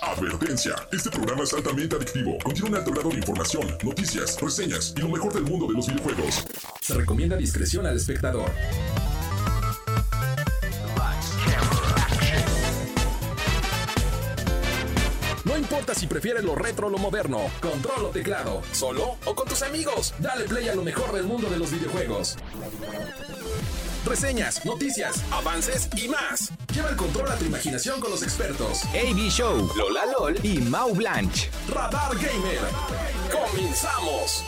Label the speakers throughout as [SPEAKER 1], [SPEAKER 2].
[SPEAKER 1] Advertencia. Este programa es altamente adictivo. Contiene un alto grado de información, noticias, reseñas y lo mejor del mundo de los videojuegos.
[SPEAKER 2] Se recomienda discreción al espectador. No importa si prefieres lo retro o lo moderno, control o teclado, solo o con tus amigos, dale play a lo mejor del mundo de los videojuegos. Reseñas, noticias, avances y más. Lleva el control a tu imaginación con los expertos.
[SPEAKER 3] AB Show, Lola LOL y Mau Blanche.
[SPEAKER 2] Radar Gamer. ¡Comenzamos!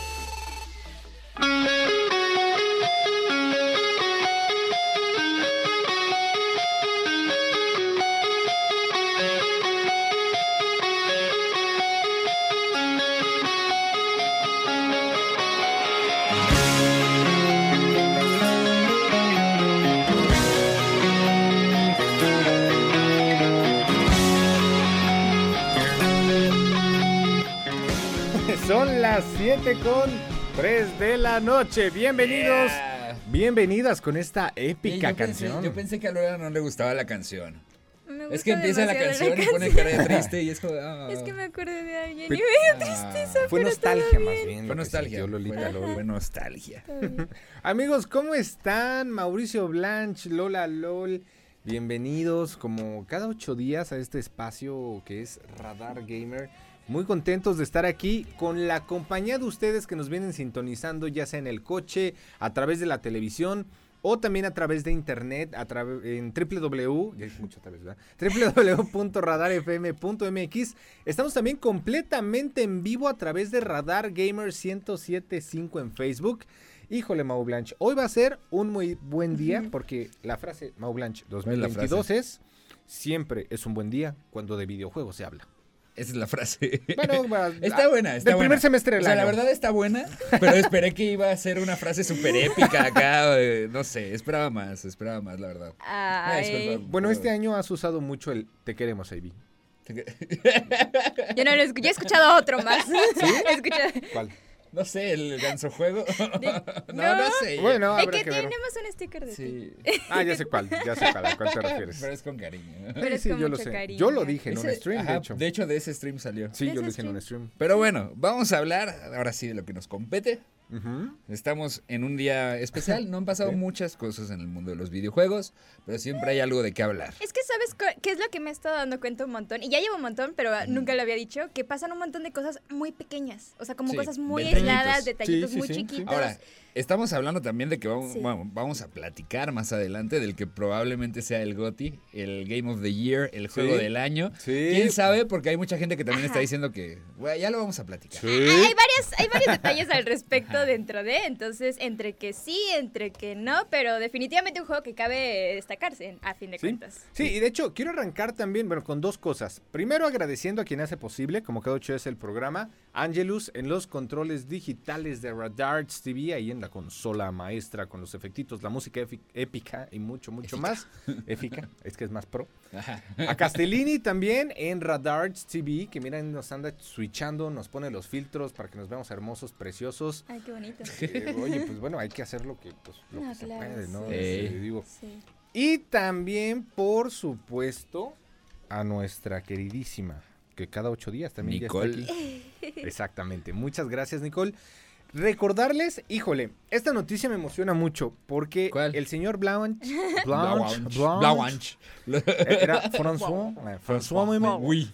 [SPEAKER 4] Son las 7 con 3 de la noche. Bienvenidos, bienvenidas con esta
[SPEAKER 5] Oye,
[SPEAKER 4] épica
[SPEAKER 5] Ah, yo pensé-
[SPEAKER 4] canción.
[SPEAKER 5] yo pensé que a Lola no le gustaba la canción.
[SPEAKER 6] Me
[SPEAKER 5] Es que
[SPEAKER 6] gusta
[SPEAKER 5] empieza la
[SPEAKER 6] demasiado
[SPEAKER 5] canción y pone cara de triste y es como. ah.
[SPEAKER 6] Es que me acordé de alguien y
[SPEAKER 4] Pe-
[SPEAKER 6] me dio tristeza.
[SPEAKER 7] Ah, Fue
[SPEAKER 6] pero
[SPEAKER 7] nostalgia
[SPEAKER 6] todo
[SPEAKER 7] más bien.
[SPEAKER 5] Fue
[SPEAKER 7] lo que
[SPEAKER 5] nostalgia.
[SPEAKER 7] sintió Lolita
[SPEAKER 5] fue,
[SPEAKER 7] Lola.
[SPEAKER 5] fue nostalgia.
[SPEAKER 6] todo bien.
[SPEAKER 4] Amigos, ¿cómo están?
[SPEAKER 7] Mauricio Blanche, Lola Lol, bienvenidos como cada ocho días a este espacio que es Radar Gamer. Muy contentos de estar aquí con la compañía de ustedes que nos vienen sintonizando ya sea en el coche, a través de la televisión o también a través de internet, a través en www, ya dije mucho tal vez, ¿verdad? www.radarfm.mx. Estamos también completamente en vivo a través de Radar Gamer 1075 en Facebook. Híjole, Mau Blanche, hoy va a ser un muy buen día porque la frase Mau Blanche
[SPEAKER 5] es la
[SPEAKER 7] 2022 es siempre es un buen día cuando de videojuegos se habla.
[SPEAKER 5] Esa es la frase.
[SPEAKER 7] Bueno, va- ah,
[SPEAKER 5] Está buena, está
[SPEAKER 7] del
[SPEAKER 5] buena.
[SPEAKER 7] primer semestre del
[SPEAKER 5] O sea, la
[SPEAKER 7] año.
[SPEAKER 5] verdad está buena, pero esperé que iba a ser una frase súper épica acá. eh, No sé, esperaba más, esperaba más, la verdad. Ah, disculpa,
[SPEAKER 6] Ay,
[SPEAKER 7] Bueno,
[SPEAKER 5] pero-
[SPEAKER 7] este año has usado mucho el te queremos, Ivy.
[SPEAKER 6] yo no lo he escuchado. Yo he escuchado otro más. He escuchado-
[SPEAKER 7] ¿Cuál?
[SPEAKER 5] No sé, el gansojuego.
[SPEAKER 6] De-
[SPEAKER 5] No, no
[SPEAKER 6] no.
[SPEAKER 5] sé.
[SPEAKER 7] Bueno,
[SPEAKER 6] es
[SPEAKER 7] habrá
[SPEAKER 6] que
[SPEAKER 7] que ver.
[SPEAKER 6] tenemos un sticker de ti.
[SPEAKER 5] Sí.
[SPEAKER 7] Ah, ya sé cuál, ya sé cuál, a cuál te refieres.
[SPEAKER 5] Pero es con cariño.
[SPEAKER 7] Sí,
[SPEAKER 6] Pero es
[SPEAKER 7] sí,
[SPEAKER 6] con
[SPEAKER 7] yo lo
[SPEAKER 6] mucho
[SPEAKER 7] sé.
[SPEAKER 6] cariño.
[SPEAKER 7] Yo lo dije en un
[SPEAKER 5] Ese-
[SPEAKER 7] stream,
[SPEAKER 5] ajá,
[SPEAKER 7] de hecho.
[SPEAKER 5] De hecho, de ese stream salió.
[SPEAKER 7] Sí, yo
[SPEAKER 6] Ese
[SPEAKER 7] lo dije en un stream.
[SPEAKER 5] Pero bueno, vamos a hablar ahora sí de lo que nos compete.
[SPEAKER 7] Ujú.
[SPEAKER 5] Estamos en un día especial. No han pasado
[SPEAKER 7] Sí.
[SPEAKER 5] muchas cosas en el mundo de los videojuegos, pero siempre hay algo de qué hablar.
[SPEAKER 6] Es que sabes cu- qué es lo que me he estado dando cuenta un montón, y ya llevo un montón, pero nunca lo había dicho, que pasan un montón de cosas muy pequeñas, o sea, como
[SPEAKER 5] Sí,
[SPEAKER 6] cosas muy
[SPEAKER 5] detallitos.
[SPEAKER 6] aisladas, detallitos
[SPEAKER 7] Sí, sí,
[SPEAKER 6] muy
[SPEAKER 7] sí, sí.
[SPEAKER 6] chiquitos.
[SPEAKER 5] Ahora, estamos hablando también de que vamos,
[SPEAKER 6] Sí.
[SPEAKER 5] vamos, vamos a platicar más adelante del que probablemente sea el GOTI, el Game of the Year, el juego del año.
[SPEAKER 7] Sí.
[SPEAKER 5] ¿Quién sabe? Porque hay mucha gente que también está
[SPEAKER 6] Ajá.
[SPEAKER 5] diciendo que "Güey, ya lo vamos a platicar.
[SPEAKER 6] Ah, Hay, varias, hay varios detalles al respecto dentro de, entonces, entre que sí, entre que no, pero definitivamente un juego que cabe destacarse, a fin de
[SPEAKER 7] ¿Sí?
[SPEAKER 6] cuentas.
[SPEAKER 7] Sí, y de hecho quiero arrancar también, bueno, con dos cosas. Primero agradeciendo a quien hace posible, como cada ocho es el programa, Angelus en los controles digitales de Radarts TV, ahí en la consola maestra con los efectitos, la música efi- épica y mucho, mucho más. Épica, es que es más pro. A Castellini también en Radarts TV, que miren, nos anda switchando, nos pone los filtros para que nos veamos hermosos, preciosos.
[SPEAKER 6] Ay, qué bonito.
[SPEAKER 7] Eh, oye, pues bueno, hay que hacer lo que, pues, lo
[SPEAKER 6] No,
[SPEAKER 7] que se
[SPEAKER 6] claro,
[SPEAKER 7] puede, ¿no?
[SPEAKER 6] sí.
[SPEAKER 7] Este,
[SPEAKER 5] Ey.
[SPEAKER 7] digo,
[SPEAKER 6] Sí.
[SPEAKER 7] y también, por supuesto, a nuestra queridísima, que cada ocho días también ya
[SPEAKER 5] Nicole.
[SPEAKER 7] está aquí. Exactamente. Muchas gracias, Nicole. Recordarles, híjole, esta noticia me emociona mucho porque
[SPEAKER 5] ¿Cuál?
[SPEAKER 7] el señor Blanche, Blanche,
[SPEAKER 5] Blawanch.
[SPEAKER 7] Blanche,
[SPEAKER 5] Blawanch.
[SPEAKER 7] eh, era François, eh, François Moimont.
[SPEAKER 5] Uy.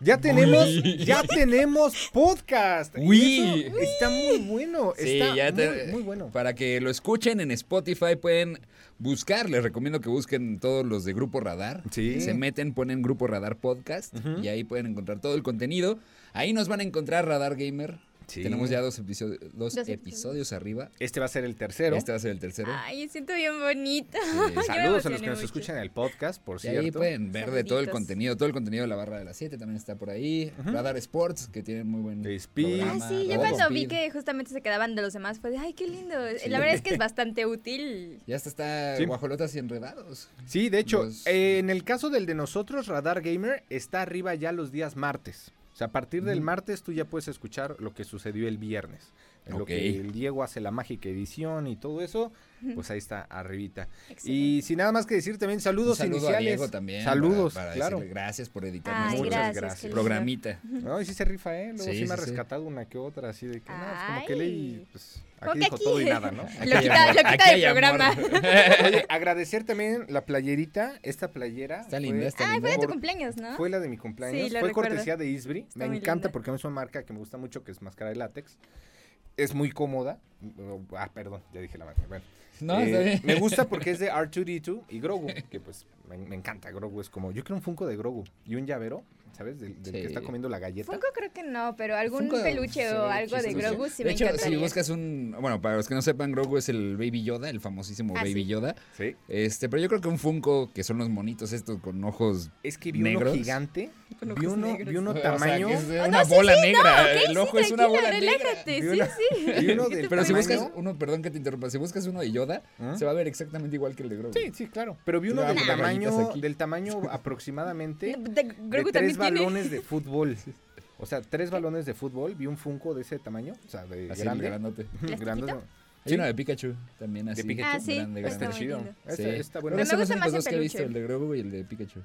[SPEAKER 7] Ya tenemos, ya tenemos podcast. Y
[SPEAKER 5] Uy.
[SPEAKER 7] eso Está muy bueno,
[SPEAKER 5] Sí,
[SPEAKER 7] está
[SPEAKER 5] ya te-
[SPEAKER 7] muy, muy bueno.
[SPEAKER 5] Para que lo escuchen en Spotify pueden buscar, les recomiendo que busquen todos los de Grupo Radar.
[SPEAKER 7] Sí.
[SPEAKER 5] Se meten, ponen Grupo Radar Podcast y ahí pueden encontrar todo el contenido. Ahí nos van a encontrar Radar Gamer.
[SPEAKER 7] Sí.
[SPEAKER 5] Tenemos ya dos episodios, dos
[SPEAKER 6] Dos episodios.
[SPEAKER 5] episodios arriba.
[SPEAKER 7] Este va a ser el tercero.
[SPEAKER 5] Este va a ser el tercero.
[SPEAKER 6] Ay, siento bien bonito.
[SPEAKER 5] Sí.
[SPEAKER 6] Yo me
[SPEAKER 7] Saludos a los
[SPEAKER 6] emocioné
[SPEAKER 7] que nos
[SPEAKER 6] mucho.
[SPEAKER 7] escuchan en el podcast, por
[SPEAKER 5] Y ahí
[SPEAKER 7] cierto.
[SPEAKER 5] pueden ver de todo el
[SPEAKER 6] Saluditos.
[SPEAKER 5] contenido, todo el contenido de la barra de las 7 también está por ahí. Radar Sports, que tienen muy buen.
[SPEAKER 7] De Speed.
[SPEAKER 6] Ah,
[SPEAKER 5] programa.
[SPEAKER 6] sí, yo
[SPEAKER 5] Radar
[SPEAKER 6] cuando vi
[SPEAKER 5] Speed.
[SPEAKER 6] que justamente se quedaban de los demás fue de, ay, qué lindo.
[SPEAKER 5] Sí.
[SPEAKER 6] La verdad es que es bastante útil.
[SPEAKER 5] Ya hasta está
[SPEAKER 7] Sí.
[SPEAKER 5] Guajolotas y Enredados.
[SPEAKER 7] Sí, de hecho,
[SPEAKER 5] Los-
[SPEAKER 7] eh, en el caso del de nosotros, Radar Gamer está arriba ya los días martes. O sea, a partir del martes tú ya puedes escuchar lo que sucedió el viernes. En lo
[SPEAKER 5] Ok.
[SPEAKER 7] que el Diego hace la mágica edición y todo eso, pues ahí está arribita. Y
[SPEAKER 6] Excelente.
[SPEAKER 7] sin nada más que decir también
[SPEAKER 5] Un
[SPEAKER 7] saludos
[SPEAKER 5] saludo
[SPEAKER 7] iniciales.
[SPEAKER 5] a Diego también.
[SPEAKER 7] Saludos,
[SPEAKER 5] para- para
[SPEAKER 7] claro.
[SPEAKER 5] decirle gracias por editar
[SPEAKER 6] Ay,
[SPEAKER 5] nuestro
[SPEAKER 7] muchas
[SPEAKER 6] gracias.
[SPEAKER 7] gracias.
[SPEAKER 6] qué lindo.
[SPEAKER 5] programita.
[SPEAKER 7] No, y sí se rifa, ¿eh? Luego sí,
[SPEAKER 5] Sí,
[SPEAKER 7] me ha
[SPEAKER 5] sí, sí.
[SPEAKER 7] rescatado una que otra, así de que, no, pues como que
[SPEAKER 6] Ay.
[SPEAKER 7] leí, pues,
[SPEAKER 6] Como
[SPEAKER 7] aquí
[SPEAKER 6] que
[SPEAKER 7] dijo
[SPEAKER 6] aquí.
[SPEAKER 7] todo y nada, ¿no?
[SPEAKER 6] Lo
[SPEAKER 5] Aquí hay
[SPEAKER 6] quita-
[SPEAKER 5] amor,
[SPEAKER 6] lo quita
[SPEAKER 5] aquí
[SPEAKER 6] del
[SPEAKER 5] hay amor.
[SPEAKER 7] Oye, agradecer también la playerita, esta playera.
[SPEAKER 5] Está linda, está
[SPEAKER 6] Ay, fue
[SPEAKER 5] linda.
[SPEAKER 6] de tu
[SPEAKER 7] Por-
[SPEAKER 6] cumpleaños, ¿no?
[SPEAKER 7] Fue la de mi cumpleaños.
[SPEAKER 6] ¿Ah? Sí,
[SPEAKER 7] fue
[SPEAKER 6] la recuerdo.
[SPEAKER 7] cortesía de Isbri.
[SPEAKER 6] Está
[SPEAKER 7] me
[SPEAKER 6] muy
[SPEAKER 7] encanta
[SPEAKER 6] linda.
[SPEAKER 7] porque es una marca que me gusta mucho, que es máscara de látex. Es muy cómoda. Ah, perdón, ya dije la marca. Bueno.
[SPEAKER 5] No,
[SPEAKER 7] Eh,
[SPEAKER 5] está bien.
[SPEAKER 7] me gusta porque es de R2D2 y Grogu, que pues me, me encanta. Grogu es como. Yo quiero un Funko de Grogu y un llavero, ¿sabes? Del, del que
[SPEAKER 5] Sí.
[SPEAKER 7] está comiendo la galleta.
[SPEAKER 6] Funko creo que no, pero algún
[SPEAKER 5] Funko
[SPEAKER 6] peluche
[SPEAKER 5] se
[SPEAKER 6] o
[SPEAKER 5] ve
[SPEAKER 6] algo de
[SPEAKER 5] chistoso.
[SPEAKER 6] Grogu sí
[SPEAKER 5] de
[SPEAKER 6] me
[SPEAKER 5] hecho, si
[SPEAKER 6] encantaría.
[SPEAKER 5] buscas un. Bueno, para los que no sepan, Grogu es el Baby Yoda, el famosísimo
[SPEAKER 6] Ah,
[SPEAKER 5] Baby
[SPEAKER 6] sí.
[SPEAKER 5] Yoda.
[SPEAKER 7] Sí.
[SPEAKER 5] Este, pero yo creo que un Funko, que son los monitos estos con ojos.
[SPEAKER 7] Es que vi uno
[SPEAKER 5] ¿Negros?
[SPEAKER 7] gigante,
[SPEAKER 6] Con
[SPEAKER 7] vi
[SPEAKER 6] ojos
[SPEAKER 7] uno,
[SPEAKER 6] pues negros.
[SPEAKER 7] vi uno
[SPEAKER 5] o sea,
[SPEAKER 7] tamaño.
[SPEAKER 5] que es de
[SPEAKER 6] Oh, no,
[SPEAKER 5] una
[SPEAKER 6] sí,
[SPEAKER 5] bola
[SPEAKER 6] sí, no,
[SPEAKER 5] negra.
[SPEAKER 6] ok,
[SPEAKER 5] el
[SPEAKER 6] sí,
[SPEAKER 5] ojo es una
[SPEAKER 6] tranquilo,
[SPEAKER 5] bola negra.
[SPEAKER 6] relájate,
[SPEAKER 7] Vi
[SPEAKER 6] sí,
[SPEAKER 7] una-
[SPEAKER 6] sí.
[SPEAKER 7] vi uno
[SPEAKER 6] ¿Qué
[SPEAKER 7] del
[SPEAKER 6] te
[SPEAKER 5] Pero si
[SPEAKER 6] parece?
[SPEAKER 5] buscas
[SPEAKER 7] tamaño-
[SPEAKER 5] uno, perdón que te interrumpa, si buscas uno de Yoda,
[SPEAKER 7] ¿Ah?
[SPEAKER 5] se va a ver exactamente igual que el de Grogu.
[SPEAKER 7] Sí, sí, claro. Pero vi uno
[SPEAKER 5] Ah,
[SPEAKER 7] del
[SPEAKER 5] con
[SPEAKER 7] tamaño,
[SPEAKER 5] rayitas aquí.
[SPEAKER 7] del tamaño aproximadamente.
[SPEAKER 6] De- Grogu
[SPEAKER 7] de tres
[SPEAKER 6] también tiene.
[SPEAKER 7] balones de fútbol. O sea, tres balones de fútbol. Vi un Funko de ese tamaño. O sea, de
[SPEAKER 5] Así
[SPEAKER 7] grande.
[SPEAKER 5] el grandote.
[SPEAKER 6] ¿Plastiquito?
[SPEAKER 7] Grandes, no.
[SPEAKER 5] Hay uno de Pikachu también así.
[SPEAKER 7] Pikachu?
[SPEAKER 6] Ah, sí,
[SPEAKER 5] grande,
[SPEAKER 6] está
[SPEAKER 5] grande.
[SPEAKER 6] muy
[SPEAKER 7] chido.
[SPEAKER 6] lindo.
[SPEAKER 7] Está,
[SPEAKER 5] Sí.
[SPEAKER 7] está
[SPEAKER 5] Creo
[SPEAKER 7] bueno.
[SPEAKER 5] que
[SPEAKER 6] Pero
[SPEAKER 5] son los
[SPEAKER 6] me gusta
[SPEAKER 5] únicos
[SPEAKER 6] más
[SPEAKER 5] dos
[SPEAKER 6] el
[SPEAKER 5] que he visto,
[SPEAKER 6] peluche.
[SPEAKER 5] el de Grogu y el de Pikachu.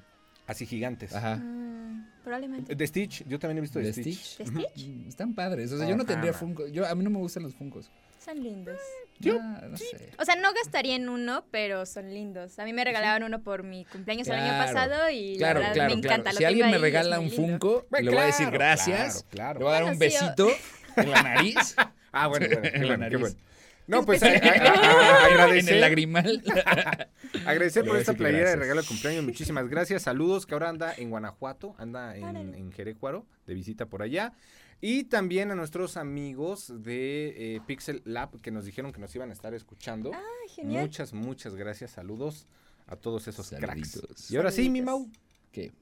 [SPEAKER 7] Así gigantes.
[SPEAKER 5] Ajá.
[SPEAKER 6] Ah,
[SPEAKER 5] Eh,
[SPEAKER 6] probablemente.
[SPEAKER 7] De Stitch. Yo también he visto de,
[SPEAKER 5] ¿De
[SPEAKER 7] Stitch.
[SPEAKER 5] Stitch?
[SPEAKER 6] ¿De Stitch?
[SPEAKER 5] Mm, Están padres. O sea, yo no
[SPEAKER 7] Ajá,
[SPEAKER 5] tendría
[SPEAKER 7] man.
[SPEAKER 5] Funko. Yo, a mí no me gustan los Funkos.
[SPEAKER 6] Son lindos.
[SPEAKER 5] Yo, no sé.
[SPEAKER 6] O sea, no gastaría en uno, pero son lindos. A mí me regalaban uno por mi cumpleaños el año
[SPEAKER 5] Claro,
[SPEAKER 6] pasado y
[SPEAKER 5] claro,
[SPEAKER 6] la verdad
[SPEAKER 5] claro,
[SPEAKER 6] me
[SPEAKER 5] claro.
[SPEAKER 6] encanta. Lo
[SPEAKER 5] Si
[SPEAKER 6] tengo
[SPEAKER 5] alguien me
[SPEAKER 6] ahí, es
[SPEAKER 5] regala
[SPEAKER 6] muy
[SPEAKER 5] un
[SPEAKER 6] lindo.
[SPEAKER 5] Funko,
[SPEAKER 7] Bueno,
[SPEAKER 5] le voy a decir
[SPEAKER 7] claro,
[SPEAKER 5] gracias.
[SPEAKER 7] claro, claro.
[SPEAKER 5] Le voy a dar
[SPEAKER 6] Bueno,
[SPEAKER 5] un
[SPEAKER 6] sí, yo-
[SPEAKER 5] besito en la nariz,
[SPEAKER 7] Ah, bueno, bueno, qué
[SPEAKER 5] La
[SPEAKER 7] bueno, qué
[SPEAKER 5] nariz.
[SPEAKER 7] bueno. No, pues a- a- a-
[SPEAKER 5] en el
[SPEAKER 7] agradecer,
[SPEAKER 5] lagrimal.
[SPEAKER 7] agradecer
[SPEAKER 5] Le
[SPEAKER 7] por
[SPEAKER 5] voy a
[SPEAKER 7] esta
[SPEAKER 5] decir que
[SPEAKER 7] playera de
[SPEAKER 5] gracias.
[SPEAKER 7] regalo de cumpleaños. Muchísimas gracias. Saludos, que ahora anda en Guanajuato, anda en,
[SPEAKER 6] Órale.
[SPEAKER 7] en Jerecuaro, de visita por allá. Y también a nuestros amigos de eh, Pixel Lab que nos dijeron que nos iban a estar escuchando.
[SPEAKER 6] Ay, genial.
[SPEAKER 7] Muchas, muchas gracias. Saludos a todos esos cracks.
[SPEAKER 5] Saluditos.
[SPEAKER 7] Y ahora sí, mi Mau.
[SPEAKER 6] Saluditos.
[SPEAKER 5] ¿Qué?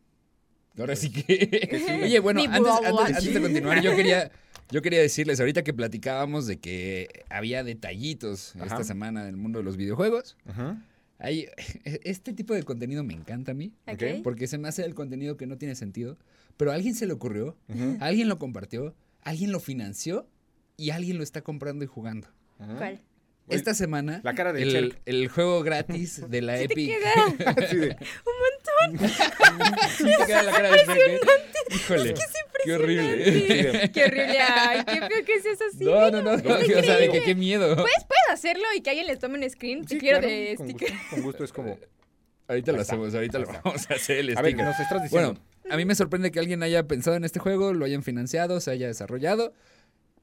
[SPEAKER 5] Ahora sí que. Oye, bueno,
[SPEAKER 6] Mi
[SPEAKER 5] antes,
[SPEAKER 6] guagua.
[SPEAKER 5] antes- antes de continuar, yo quería, yo quería decirles, ahorita que platicábamos de que había detallitos
[SPEAKER 7] Ajá.
[SPEAKER 5] esta semana en el mundo de los videojuegos,
[SPEAKER 7] Ajá.
[SPEAKER 5] hay, este tipo de contenido me encanta a mí.
[SPEAKER 6] Ok.
[SPEAKER 5] Porque se me hace el contenido que no tiene sentido. Pero a alguien se le ocurrió, a alguien lo compartió, a alguien lo financió y alguien lo está comprando y jugando.
[SPEAKER 7] Ajá.
[SPEAKER 6] ¿Cuál?
[SPEAKER 7] Oye,
[SPEAKER 5] Esta semana,
[SPEAKER 7] la cara de
[SPEAKER 5] el,
[SPEAKER 7] Cherk.
[SPEAKER 5] el juego gratis de la Epic.
[SPEAKER 7] Así de,
[SPEAKER 5] Sí te queda la cara de Cherk, ¿eh? Híjole, qué horrible.
[SPEAKER 6] Sí, qué horrible. Ay, qué feo que seas así.
[SPEAKER 5] No, no, no, no,
[SPEAKER 6] Está
[SPEAKER 5] o sea, de que
[SPEAKER 6] increíble.
[SPEAKER 5] qué miedo.
[SPEAKER 6] Puedes, puedes hacerlo y que alguien les tome un screen. Te
[SPEAKER 7] sí,
[SPEAKER 6] quiero
[SPEAKER 7] claro,
[SPEAKER 6] de
[SPEAKER 7] con
[SPEAKER 6] sticker.
[SPEAKER 7] gusto, con gusto es como.
[SPEAKER 5] ahorita
[SPEAKER 7] Ahí
[SPEAKER 5] lo
[SPEAKER 7] está,
[SPEAKER 5] hacemos, ahorita
[SPEAKER 7] ahí
[SPEAKER 5] lo
[SPEAKER 7] está.
[SPEAKER 5] vamos a hacer el
[SPEAKER 7] A ver,
[SPEAKER 5] sticker.
[SPEAKER 7] ¿qué nos estás diciendo?
[SPEAKER 5] Bueno, a mí me sorprende que alguien haya pensado en este juego, lo hayan financiado, se haya desarrollado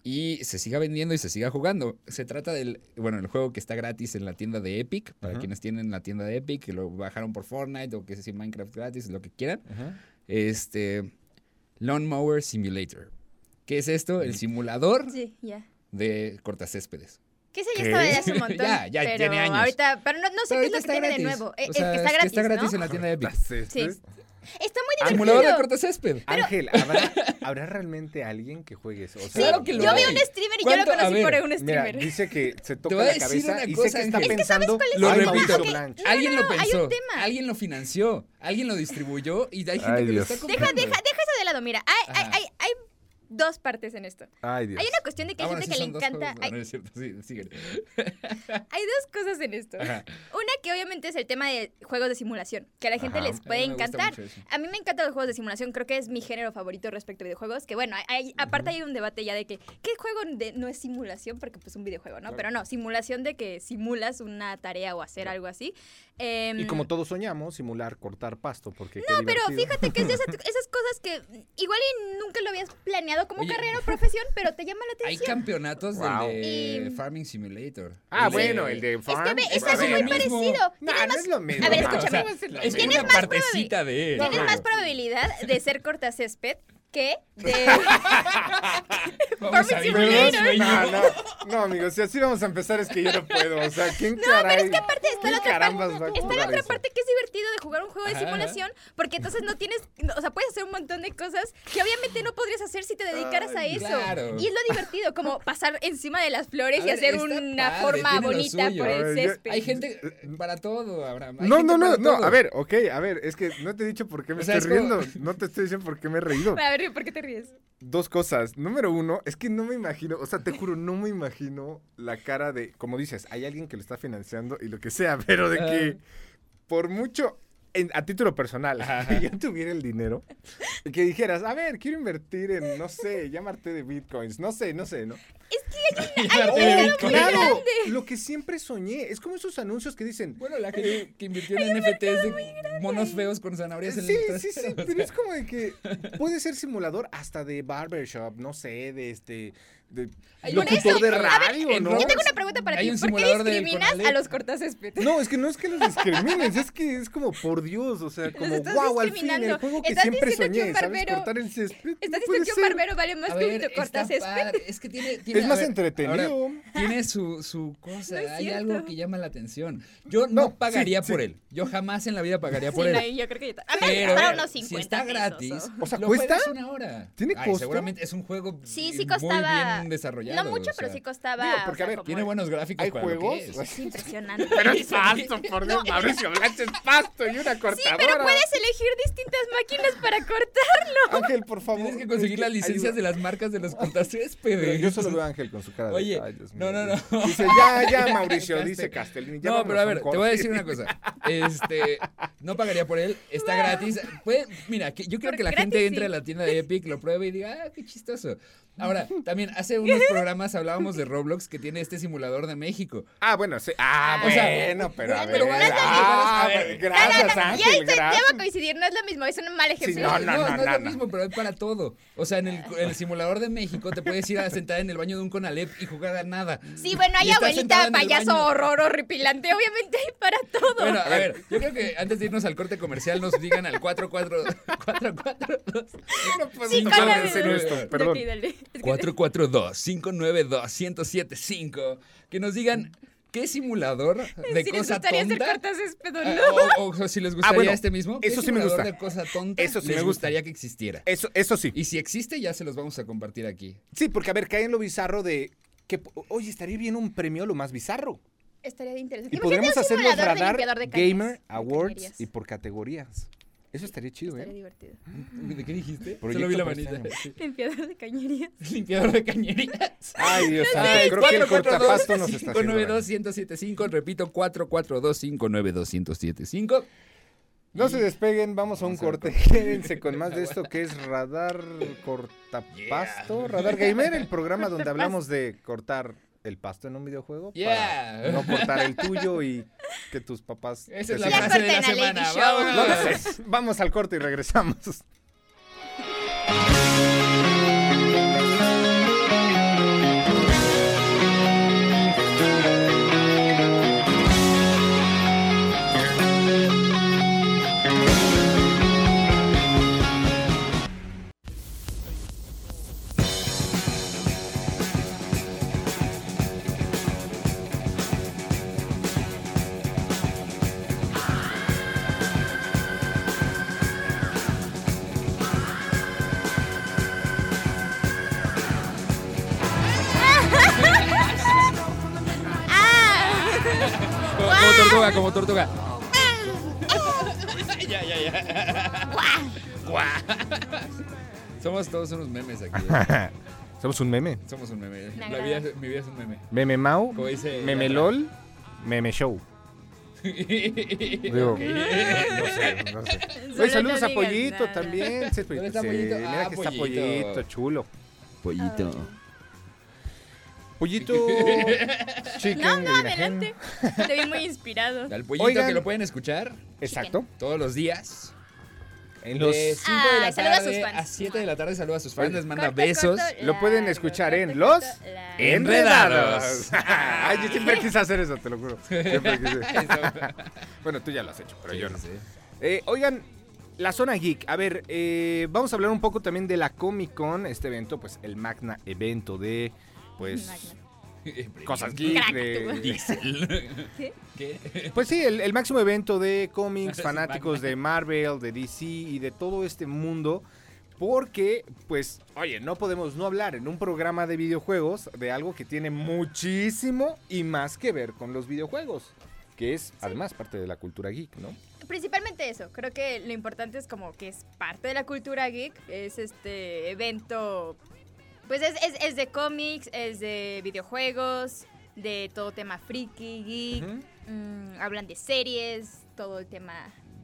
[SPEAKER 5] y se siga vendiendo y se siga jugando. Se trata del, bueno, el juego que está gratis en la tienda de Epic, para
[SPEAKER 7] Ajá.
[SPEAKER 5] quienes tienen la tienda de Epic, que lo bajaron por Fortnite o que sea Minecraft gratis, lo que quieran.
[SPEAKER 7] Ajá.
[SPEAKER 5] Este, Lawnmower Simulator. ¿Qué es esto? El simulador
[SPEAKER 6] Sí, ya.
[SPEAKER 5] de cortacéspedes.
[SPEAKER 6] Que ese ya
[SPEAKER 5] ¿Qué?
[SPEAKER 6] estaba de hace un montón.
[SPEAKER 5] Ya, ya
[SPEAKER 6] pero
[SPEAKER 5] tiene años.
[SPEAKER 6] Ahorita, pero no, no sé
[SPEAKER 5] Pero
[SPEAKER 6] qué es
[SPEAKER 5] ahorita
[SPEAKER 6] lo que tiene de nuevo. Eh,
[SPEAKER 5] O sea,
[SPEAKER 6] eh,
[SPEAKER 5] es
[SPEAKER 6] está gratis,
[SPEAKER 5] está gratis
[SPEAKER 6] ¿no?
[SPEAKER 5] en la tienda de Epic.
[SPEAKER 7] Este,
[SPEAKER 6] Sí. Está muy
[SPEAKER 5] Simulador de
[SPEAKER 6] divertido.
[SPEAKER 5] cortacésped.
[SPEAKER 7] Ángel, ¿habrá, ¿habrá realmente alguien que juegue eso? O sea,
[SPEAKER 5] Claro que lo
[SPEAKER 6] Yo vi
[SPEAKER 5] hay.
[SPEAKER 6] un streamer y yo lo
[SPEAKER 5] ¿Cuánto? A
[SPEAKER 6] conocí por
[SPEAKER 5] ver,
[SPEAKER 6] un
[SPEAKER 7] Mira,
[SPEAKER 6] streamer.
[SPEAKER 7] dice que se toca
[SPEAKER 5] Te voy a
[SPEAKER 7] la
[SPEAKER 5] decir
[SPEAKER 7] cabeza
[SPEAKER 5] una
[SPEAKER 7] y
[SPEAKER 5] cosa,
[SPEAKER 7] sé que está
[SPEAKER 5] Ángel. Es que
[SPEAKER 7] pensando.
[SPEAKER 5] es Lo el
[SPEAKER 7] Ay,
[SPEAKER 5] tema?
[SPEAKER 7] Mauricio
[SPEAKER 5] Ok,
[SPEAKER 7] Blanch.
[SPEAKER 6] No,
[SPEAKER 5] alguien
[SPEAKER 6] no,
[SPEAKER 5] lo
[SPEAKER 6] no, hay un
[SPEAKER 5] pensó,
[SPEAKER 6] tema.
[SPEAKER 5] alguien lo financió, alguien lo distribuyó y hay gente
[SPEAKER 7] Ay,
[SPEAKER 5] que
[SPEAKER 7] Dios.
[SPEAKER 5] lo está
[SPEAKER 6] Deja,
[SPEAKER 5] comprando.
[SPEAKER 6] deja, deja eso de lado. Mira, hay, hay,
[SPEAKER 5] Ajá.
[SPEAKER 6] hay, hay dos partes en esto.
[SPEAKER 7] Ay, Dios.
[SPEAKER 6] Hay una cuestión de que
[SPEAKER 5] Ah,
[SPEAKER 6] hay
[SPEAKER 5] bueno,
[SPEAKER 6] gente
[SPEAKER 5] sí
[SPEAKER 6] que le
[SPEAKER 5] son dos
[SPEAKER 6] encanta.
[SPEAKER 5] juegos.
[SPEAKER 6] Hay,
[SPEAKER 5] Ah, no, es cierto, sí, síguele.
[SPEAKER 6] hay dos cosas en esto.
[SPEAKER 5] Ajá.
[SPEAKER 6] Una que obviamente es el tema de juegos de simulación, que a la gente
[SPEAKER 7] Ajá.
[SPEAKER 6] les
[SPEAKER 5] A
[SPEAKER 6] puede
[SPEAKER 5] mí me gusta
[SPEAKER 6] encantar.
[SPEAKER 5] mucho eso.
[SPEAKER 6] A mí me encantan los juegos de simulación, creo que es mi género favorito respecto a videojuegos, que bueno, hay- aparte hay un debate ya de que, ¿qué juego de- no es simulación? Porque pues un videojuego, ¿no? Pero no, simulación de que simulas una tarea o hacer algo así. Em,
[SPEAKER 7] Y como todos soñamos, simular cortar pasto, porque qué
[SPEAKER 6] no, pero
[SPEAKER 7] divertido.
[SPEAKER 6] fíjate que es de esas, esas cosas que mm, igual y nunca lo habías planeado como
[SPEAKER 5] Oye.
[SPEAKER 6] carrera o profesión, pero te llama la
[SPEAKER 5] Hay
[SPEAKER 6] atención.
[SPEAKER 5] campeonatos
[SPEAKER 7] Wow.
[SPEAKER 5] del de
[SPEAKER 6] Y-
[SPEAKER 5] Farming Simulator.
[SPEAKER 7] Ah,
[SPEAKER 5] de-
[SPEAKER 7] bueno, el de
[SPEAKER 6] Es
[SPEAKER 7] Farm.
[SPEAKER 6] que ve, es
[SPEAKER 5] a
[SPEAKER 6] algo
[SPEAKER 5] ver,
[SPEAKER 6] muy
[SPEAKER 5] lo mismo.
[SPEAKER 6] parecido.
[SPEAKER 7] No,
[SPEAKER 6] Tienes
[SPEAKER 7] no
[SPEAKER 6] más-
[SPEAKER 7] es lo mismo.
[SPEAKER 6] A ver,
[SPEAKER 7] no,
[SPEAKER 5] O sea,
[SPEAKER 6] escúchame.
[SPEAKER 5] es
[SPEAKER 6] tienes
[SPEAKER 5] una
[SPEAKER 6] más
[SPEAKER 5] partecita de él.
[SPEAKER 6] Tienes más probabilidad de ser cortacésped que de.
[SPEAKER 5] Vamos a
[SPEAKER 6] Farming
[SPEAKER 5] divertirnos,
[SPEAKER 6] Simulator.
[SPEAKER 7] No,
[SPEAKER 5] niño.
[SPEAKER 7] no, no, amigos, si así vamos a empezar es que yo no puedo. O sea, ¿quién
[SPEAKER 6] No,
[SPEAKER 7] caray?
[SPEAKER 6] pero es que aparte está
[SPEAKER 7] ¿quién
[SPEAKER 6] la otra
[SPEAKER 7] carambas va a
[SPEAKER 6] parte. Está la
[SPEAKER 7] jugar
[SPEAKER 6] otra
[SPEAKER 7] eso?
[SPEAKER 6] parte que es divertido de jugar un juego de
[SPEAKER 5] Ajá.
[SPEAKER 6] simulación, porque entonces no tienes, no, o sea, puedes hacer un montón de cosas que obviamente no podrías hacer si te dedicaras a
[SPEAKER 5] Ay,
[SPEAKER 6] eso.
[SPEAKER 5] claro.
[SPEAKER 6] Y es lo divertido, como pasar encima de las flores
[SPEAKER 5] A
[SPEAKER 6] y
[SPEAKER 5] ver,
[SPEAKER 6] hacer
[SPEAKER 5] está
[SPEAKER 6] una
[SPEAKER 5] padre,
[SPEAKER 6] forma
[SPEAKER 5] tiene lo
[SPEAKER 6] bonita
[SPEAKER 5] suyo.
[SPEAKER 6] por
[SPEAKER 7] A
[SPEAKER 6] el
[SPEAKER 7] ver, yo-
[SPEAKER 6] césped.
[SPEAKER 5] Hay gente eh, para todo, Abraham. hay
[SPEAKER 7] No,
[SPEAKER 5] gente
[SPEAKER 7] no, no,
[SPEAKER 5] para
[SPEAKER 7] no,
[SPEAKER 5] todo.
[SPEAKER 7] a ver, ok, a ver, es que no te he dicho por qué me
[SPEAKER 5] O sea,
[SPEAKER 7] estoy
[SPEAKER 5] es como-
[SPEAKER 7] riendo, no te estoy diciendo por qué me he reído.
[SPEAKER 6] A ver, río, ¿por qué te ríes?
[SPEAKER 7] Dos cosas. Número uno, es que no me imagino, o sea, te juro, no me imagino la cara de, como dices, hay alguien que lo está financiando y lo que sea, pero de que por mucho, en- a título personal, que yo tuviera el dinero y que dijeras, a ver, quiero invertir en, no sé, llamarte de bitcoins, no sé, no sé, ¿no?
[SPEAKER 6] Dinero muy
[SPEAKER 7] claro,
[SPEAKER 6] grande.
[SPEAKER 7] lo que siempre soñé, es como esos anuncios que dicen,
[SPEAKER 5] Bueno, la gente que invirtió en NFTs de monos feos con zanahorias en
[SPEAKER 7] Sí,
[SPEAKER 5] el
[SPEAKER 7] sí, sí,
[SPEAKER 5] trasero, o
[SPEAKER 7] pero
[SPEAKER 5] sea.
[SPEAKER 7] es como de que puede ser simulador hasta de barbershop, no sé, de este, de
[SPEAKER 5] Ay,
[SPEAKER 6] por
[SPEAKER 7] locutor
[SPEAKER 6] eso,
[SPEAKER 7] de
[SPEAKER 6] a ver,
[SPEAKER 7] radio,
[SPEAKER 5] en
[SPEAKER 7] ¿no?
[SPEAKER 5] Roblox-
[SPEAKER 6] Yo tengo una pregunta para
[SPEAKER 5] Hay
[SPEAKER 6] ti.
[SPEAKER 5] un
[SPEAKER 6] ¿Por qué
[SPEAKER 5] simulador de
[SPEAKER 6] discriminas a
[SPEAKER 5] Conalep.
[SPEAKER 6] los cortacésped?
[SPEAKER 7] No, es que no es que los discrimines, es que es como por Dios, o sea, como
[SPEAKER 6] estás
[SPEAKER 7] wow, al fin, el
[SPEAKER 6] discriminando.
[SPEAKER 7] juego que
[SPEAKER 6] Estás
[SPEAKER 7] siempre
[SPEAKER 6] diciendo que un
[SPEAKER 7] soñé, ¿sabes?
[SPEAKER 6] barbero-
[SPEAKER 7] Cortar el césped.
[SPEAKER 6] Estás
[SPEAKER 7] no puede
[SPEAKER 6] diciendo que un
[SPEAKER 7] ser.
[SPEAKER 6] barbero vale más
[SPEAKER 5] A
[SPEAKER 6] que
[SPEAKER 5] ver,
[SPEAKER 6] un
[SPEAKER 5] está
[SPEAKER 6] cortacésped.
[SPEAKER 5] padre. Es que tiene. tiene-
[SPEAKER 7] Es
[SPEAKER 5] a
[SPEAKER 7] más
[SPEAKER 5] ver,
[SPEAKER 7] entretenido.
[SPEAKER 5] ahora, tiene su, su cosa.
[SPEAKER 6] No es
[SPEAKER 5] hay
[SPEAKER 6] cierto.
[SPEAKER 5] algo que llama la atención. Yo no,
[SPEAKER 7] No,
[SPEAKER 5] pagaría
[SPEAKER 7] sí,
[SPEAKER 5] por
[SPEAKER 7] sí.
[SPEAKER 5] él. Yo jamás en la vida pagaría
[SPEAKER 6] Sí,
[SPEAKER 5] por
[SPEAKER 6] no,
[SPEAKER 5] él.
[SPEAKER 6] yo creo que yo ta- A mí me
[SPEAKER 5] Pero
[SPEAKER 6] costaron unos
[SPEAKER 5] si
[SPEAKER 6] 50
[SPEAKER 5] está
[SPEAKER 6] pesos,
[SPEAKER 5] gratis,
[SPEAKER 6] o-
[SPEAKER 7] O sea,
[SPEAKER 5] lo
[SPEAKER 7] ¿cuesta?
[SPEAKER 5] juegas una hora.
[SPEAKER 7] ¿Tiene
[SPEAKER 5] Ay,
[SPEAKER 7] costo?
[SPEAKER 5] Seguramente es un juego
[SPEAKER 6] Sí,
[SPEAKER 5] muy
[SPEAKER 6] sí costaba.
[SPEAKER 5] bien desarrollado.
[SPEAKER 6] No mucho,
[SPEAKER 5] o
[SPEAKER 6] pero
[SPEAKER 5] sea,
[SPEAKER 6] sí costaba.
[SPEAKER 7] digo,
[SPEAKER 6] o
[SPEAKER 7] porque,
[SPEAKER 6] sea,
[SPEAKER 7] a ver,
[SPEAKER 6] como-
[SPEAKER 5] Tiene buenos gráficos
[SPEAKER 7] Hay
[SPEAKER 5] para lo que
[SPEAKER 7] juegos.
[SPEAKER 5] es.
[SPEAKER 6] Es impresionante.
[SPEAKER 7] falso, por Dios, Mauricio Blanche es pasto y una
[SPEAKER 6] Sí, pero puedes elegir distintas máquinas para cortarlo.
[SPEAKER 7] Ángel, por favor.
[SPEAKER 5] Tienes que conseguir las licencias de las marcas de los cortacéspedes.
[SPEAKER 7] Yo solo veo a Ángel con su cara de
[SPEAKER 5] Oye,
[SPEAKER 7] "Ay, Dios
[SPEAKER 5] no,
[SPEAKER 7] mío".
[SPEAKER 5] no, no.
[SPEAKER 7] Dice, ya, ya, Mauricio, dice Castellini. ya
[SPEAKER 5] No, pero a ver,
[SPEAKER 7] vámonos un
[SPEAKER 5] te voy a
[SPEAKER 7] corte.
[SPEAKER 5] decir una cosa. Este, no pagaría por él, está gratis. Puede- mira, que yo creo
[SPEAKER 6] Porque
[SPEAKER 5] que la
[SPEAKER 6] gratis
[SPEAKER 5] gente entre
[SPEAKER 6] sí.
[SPEAKER 5] a la tienda de Epic, lo pruebe y diga, ah, qué chistoso. Ahora, también hace unos programas hablábamos de Roblox que tiene este simulador de México.
[SPEAKER 7] Ah, bueno, sí. Ah,
[SPEAKER 5] O sea,
[SPEAKER 7] bueno, pero a
[SPEAKER 5] bueno,
[SPEAKER 7] ver.
[SPEAKER 5] pero vas
[SPEAKER 7] ah,
[SPEAKER 5] a llegar a-
[SPEAKER 7] ver,
[SPEAKER 6] No, no,
[SPEAKER 7] gracias,
[SPEAKER 6] no, ya
[SPEAKER 7] Ángel,
[SPEAKER 6] estoy- ya va a
[SPEAKER 7] gracias.
[SPEAKER 6] coincidir, no es lo mismo, es un mal ejemplo.
[SPEAKER 7] no, no, no,
[SPEAKER 5] es
[SPEAKER 7] no,
[SPEAKER 5] lo
[SPEAKER 7] no.
[SPEAKER 5] mismo, pero es para todo. O sea, en el, en el simulador de México te puedes ir a sentar en el baño de un Conalep y jugar a nada.
[SPEAKER 6] Sí, bueno,
[SPEAKER 5] Y
[SPEAKER 6] hay
[SPEAKER 5] estás sentado
[SPEAKER 6] abuelita,
[SPEAKER 5] en el
[SPEAKER 6] payaso,
[SPEAKER 5] baño.
[SPEAKER 6] horror, horripilante, obviamente hay para todo.
[SPEAKER 5] Bueno, a ver, yo creo que antes de irnos al corte comercial nos digan al 442
[SPEAKER 7] Pues
[SPEAKER 6] sí,
[SPEAKER 5] no
[SPEAKER 6] con
[SPEAKER 5] puedo
[SPEAKER 6] la-
[SPEAKER 5] hacer esto,
[SPEAKER 6] Ok,
[SPEAKER 7] perdón.
[SPEAKER 6] dale. Es que-
[SPEAKER 5] 442-592-1075. Que nos digan qué simulador de
[SPEAKER 6] si les
[SPEAKER 5] cosa
[SPEAKER 6] gustaría hacer
[SPEAKER 5] tonta.
[SPEAKER 6] cortacésped o
[SPEAKER 5] ah,
[SPEAKER 6] no.
[SPEAKER 7] oh.
[SPEAKER 5] o, o- o si les gustaría
[SPEAKER 7] bueno,
[SPEAKER 5] este mismo.
[SPEAKER 7] eso
[SPEAKER 5] ¿qué
[SPEAKER 7] sí me
[SPEAKER 5] simulador
[SPEAKER 7] gusta.
[SPEAKER 5] de cosa tonta
[SPEAKER 7] Eso sí
[SPEAKER 5] les
[SPEAKER 7] me gusta.
[SPEAKER 5] gustaría que existiera.
[SPEAKER 7] Eso, eso sí.
[SPEAKER 5] Y si existe, ya se los vamos a compartir aquí.
[SPEAKER 7] Sí, porque a ver, cae en lo bizarro de que, oye, estaría bien un premio lo más bizarro.
[SPEAKER 6] Estaría de interesante.
[SPEAKER 7] Y
[SPEAKER 6] Imagínate
[SPEAKER 7] podríamos
[SPEAKER 6] un
[SPEAKER 7] hacer los
[SPEAKER 6] simulador de
[SPEAKER 7] radar
[SPEAKER 6] limpiador de cañas.
[SPEAKER 7] Gamer
[SPEAKER 6] De
[SPEAKER 7] Awards
[SPEAKER 6] cañerías.
[SPEAKER 7] y por categorías. Eso estaría chido,
[SPEAKER 6] Estaría
[SPEAKER 7] ¿eh?
[SPEAKER 6] divertido.
[SPEAKER 5] ¿De qué dijiste? Solo
[SPEAKER 7] Proyecto
[SPEAKER 5] vi la
[SPEAKER 7] para este
[SPEAKER 5] manita.
[SPEAKER 6] Limpiador de cañerías.
[SPEAKER 5] Limpiador de cañerías.
[SPEAKER 7] Ay, Dios mío, Ah, creo que el cortapasto nos está haciendo. daño.
[SPEAKER 5] 592-1075, repito, 442-592-1075.
[SPEAKER 7] No se despeguen, vamos a un
[SPEAKER 5] Vamos a un
[SPEAKER 7] corte. Quédense con más de esto que es Radar Cortapasto. Radar Gamer, el programa donde hablamos de cortar el pasto en un videojuego.
[SPEAKER 5] Yeah.
[SPEAKER 7] Para no cortar el tuyo y que tus papás.
[SPEAKER 5] Esa
[SPEAKER 7] te
[SPEAKER 5] es la
[SPEAKER 6] Ya
[SPEAKER 7] sigan.
[SPEAKER 5] frase de la
[SPEAKER 6] corten a Lady
[SPEAKER 5] semana.
[SPEAKER 6] Show.
[SPEAKER 7] No
[SPEAKER 5] Vámonos.
[SPEAKER 7] lo sé. Vamos al corte y regresamos.
[SPEAKER 6] Ah.
[SPEAKER 5] Como tortuga, como tortuga. Somos todos unos memes aquí. ¿eh?
[SPEAKER 7] Somos un meme.
[SPEAKER 5] Somos un meme.
[SPEAKER 6] Me
[SPEAKER 5] La vida,
[SPEAKER 6] agrada.
[SPEAKER 5] mi vida es un meme.
[SPEAKER 7] Meme Mau,
[SPEAKER 5] Como dice-
[SPEAKER 7] Meme LOL, Meme Show. Digo, no sé, no sé.
[SPEAKER 6] Solo
[SPEAKER 7] Oye, saludos
[SPEAKER 6] no
[SPEAKER 7] a
[SPEAKER 6] digas
[SPEAKER 7] Pollito
[SPEAKER 6] nada.
[SPEAKER 7] también. Sí, Pollito,
[SPEAKER 5] está
[SPEAKER 7] sí,
[SPEAKER 5] Pollito?
[SPEAKER 7] Mira
[SPEAKER 5] Ah,
[SPEAKER 7] que está
[SPEAKER 5] Pollito.
[SPEAKER 7] Pollito, chulo.
[SPEAKER 3] Pollito.
[SPEAKER 7] Pollito. Chicken.
[SPEAKER 6] No, no,
[SPEAKER 7] gallina
[SPEAKER 6] adelante.
[SPEAKER 7] hen.
[SPEAKER 6] Te vi muy inspirado.
[SPEAKER 5] Al pollito
[SPEAKER 7] Oigan.
[SPEAKER 5] que lo pueden escuchar
[SPEAKER 7] Exacto.
[SPEAKER 5] todos los días.
[SPEAKER 7] En los,
[SPEAKER 5] De 5 de
[SPEAKER 6] Ah,
[SPEAKER 5] la
[SPEAKER 6] saluda a sus
[SPEAKER 5] tarde
[SPEAKER 6] fans.
[SPEAKER 5] a 7 de la tarde. Saluda a sus fans.
[SPEAKER 7] Oye.
[SPEAKER 5] Les manda
[SPEAKER 6] Corto,
[SPEAKER 5] besos.
[SPEAKER 6] corto,
[SPEAKER 7] Lo pueden
[SPEAKER 6] largo,
[SPEAKER 7] escuchar
[SPEAKER 6] corto,
[SPEAKER 7] en
[SPEAKER 6] corto,
[SPEAKER 7] los
[SPEAKER 6] largo.
[SPEAKER 5] Enredados.
[SPEAKER 7] enredados. Ay, yo siempre quise hacer eso, te lo juro. Siempre quise. Bueno, tú ya lo has hecho, pero yo no.
[SPEAKER 5] Sí, sí.
[SPEAKER 7] Eh, oigan, la zona geek. A ver, eh, vamos a hablar un poco también de la Comic Con, este evento, pues el magna evento de, pues,
[SPEAKER 6] Magna.
[SPEAKER 7] cosas geek.
[SPEAKER 6] Crack,
[SPEAKER 7] de-
[SPEAKER 5] Diesel.
[SPEAKER 6] ¿Qué?
[SPEAKER 5] ¿Qué?
[SPEAKER 7] pues sí, el, el máximo evento de cómics,
[SPEAKER 5] Es
[SPEAKER 7] fanáticos de Marvel, de DC y de todo este mundo. Porque, pues, oye, no podemos no hablar en un programa de videojuegos de algo que tiene muchísimo y más que ver con los videojuegos. Que es, además, parte de la cultura geek, ¿no?
[SPEAKER 6] principalmente eso. Creo que lo importante es como que es parte de la cultura geek. Es este evento. Pues es, es- es de cómics, es de videojuegos, de todo tema friki, geek. mm, hablan de series, todo el tema.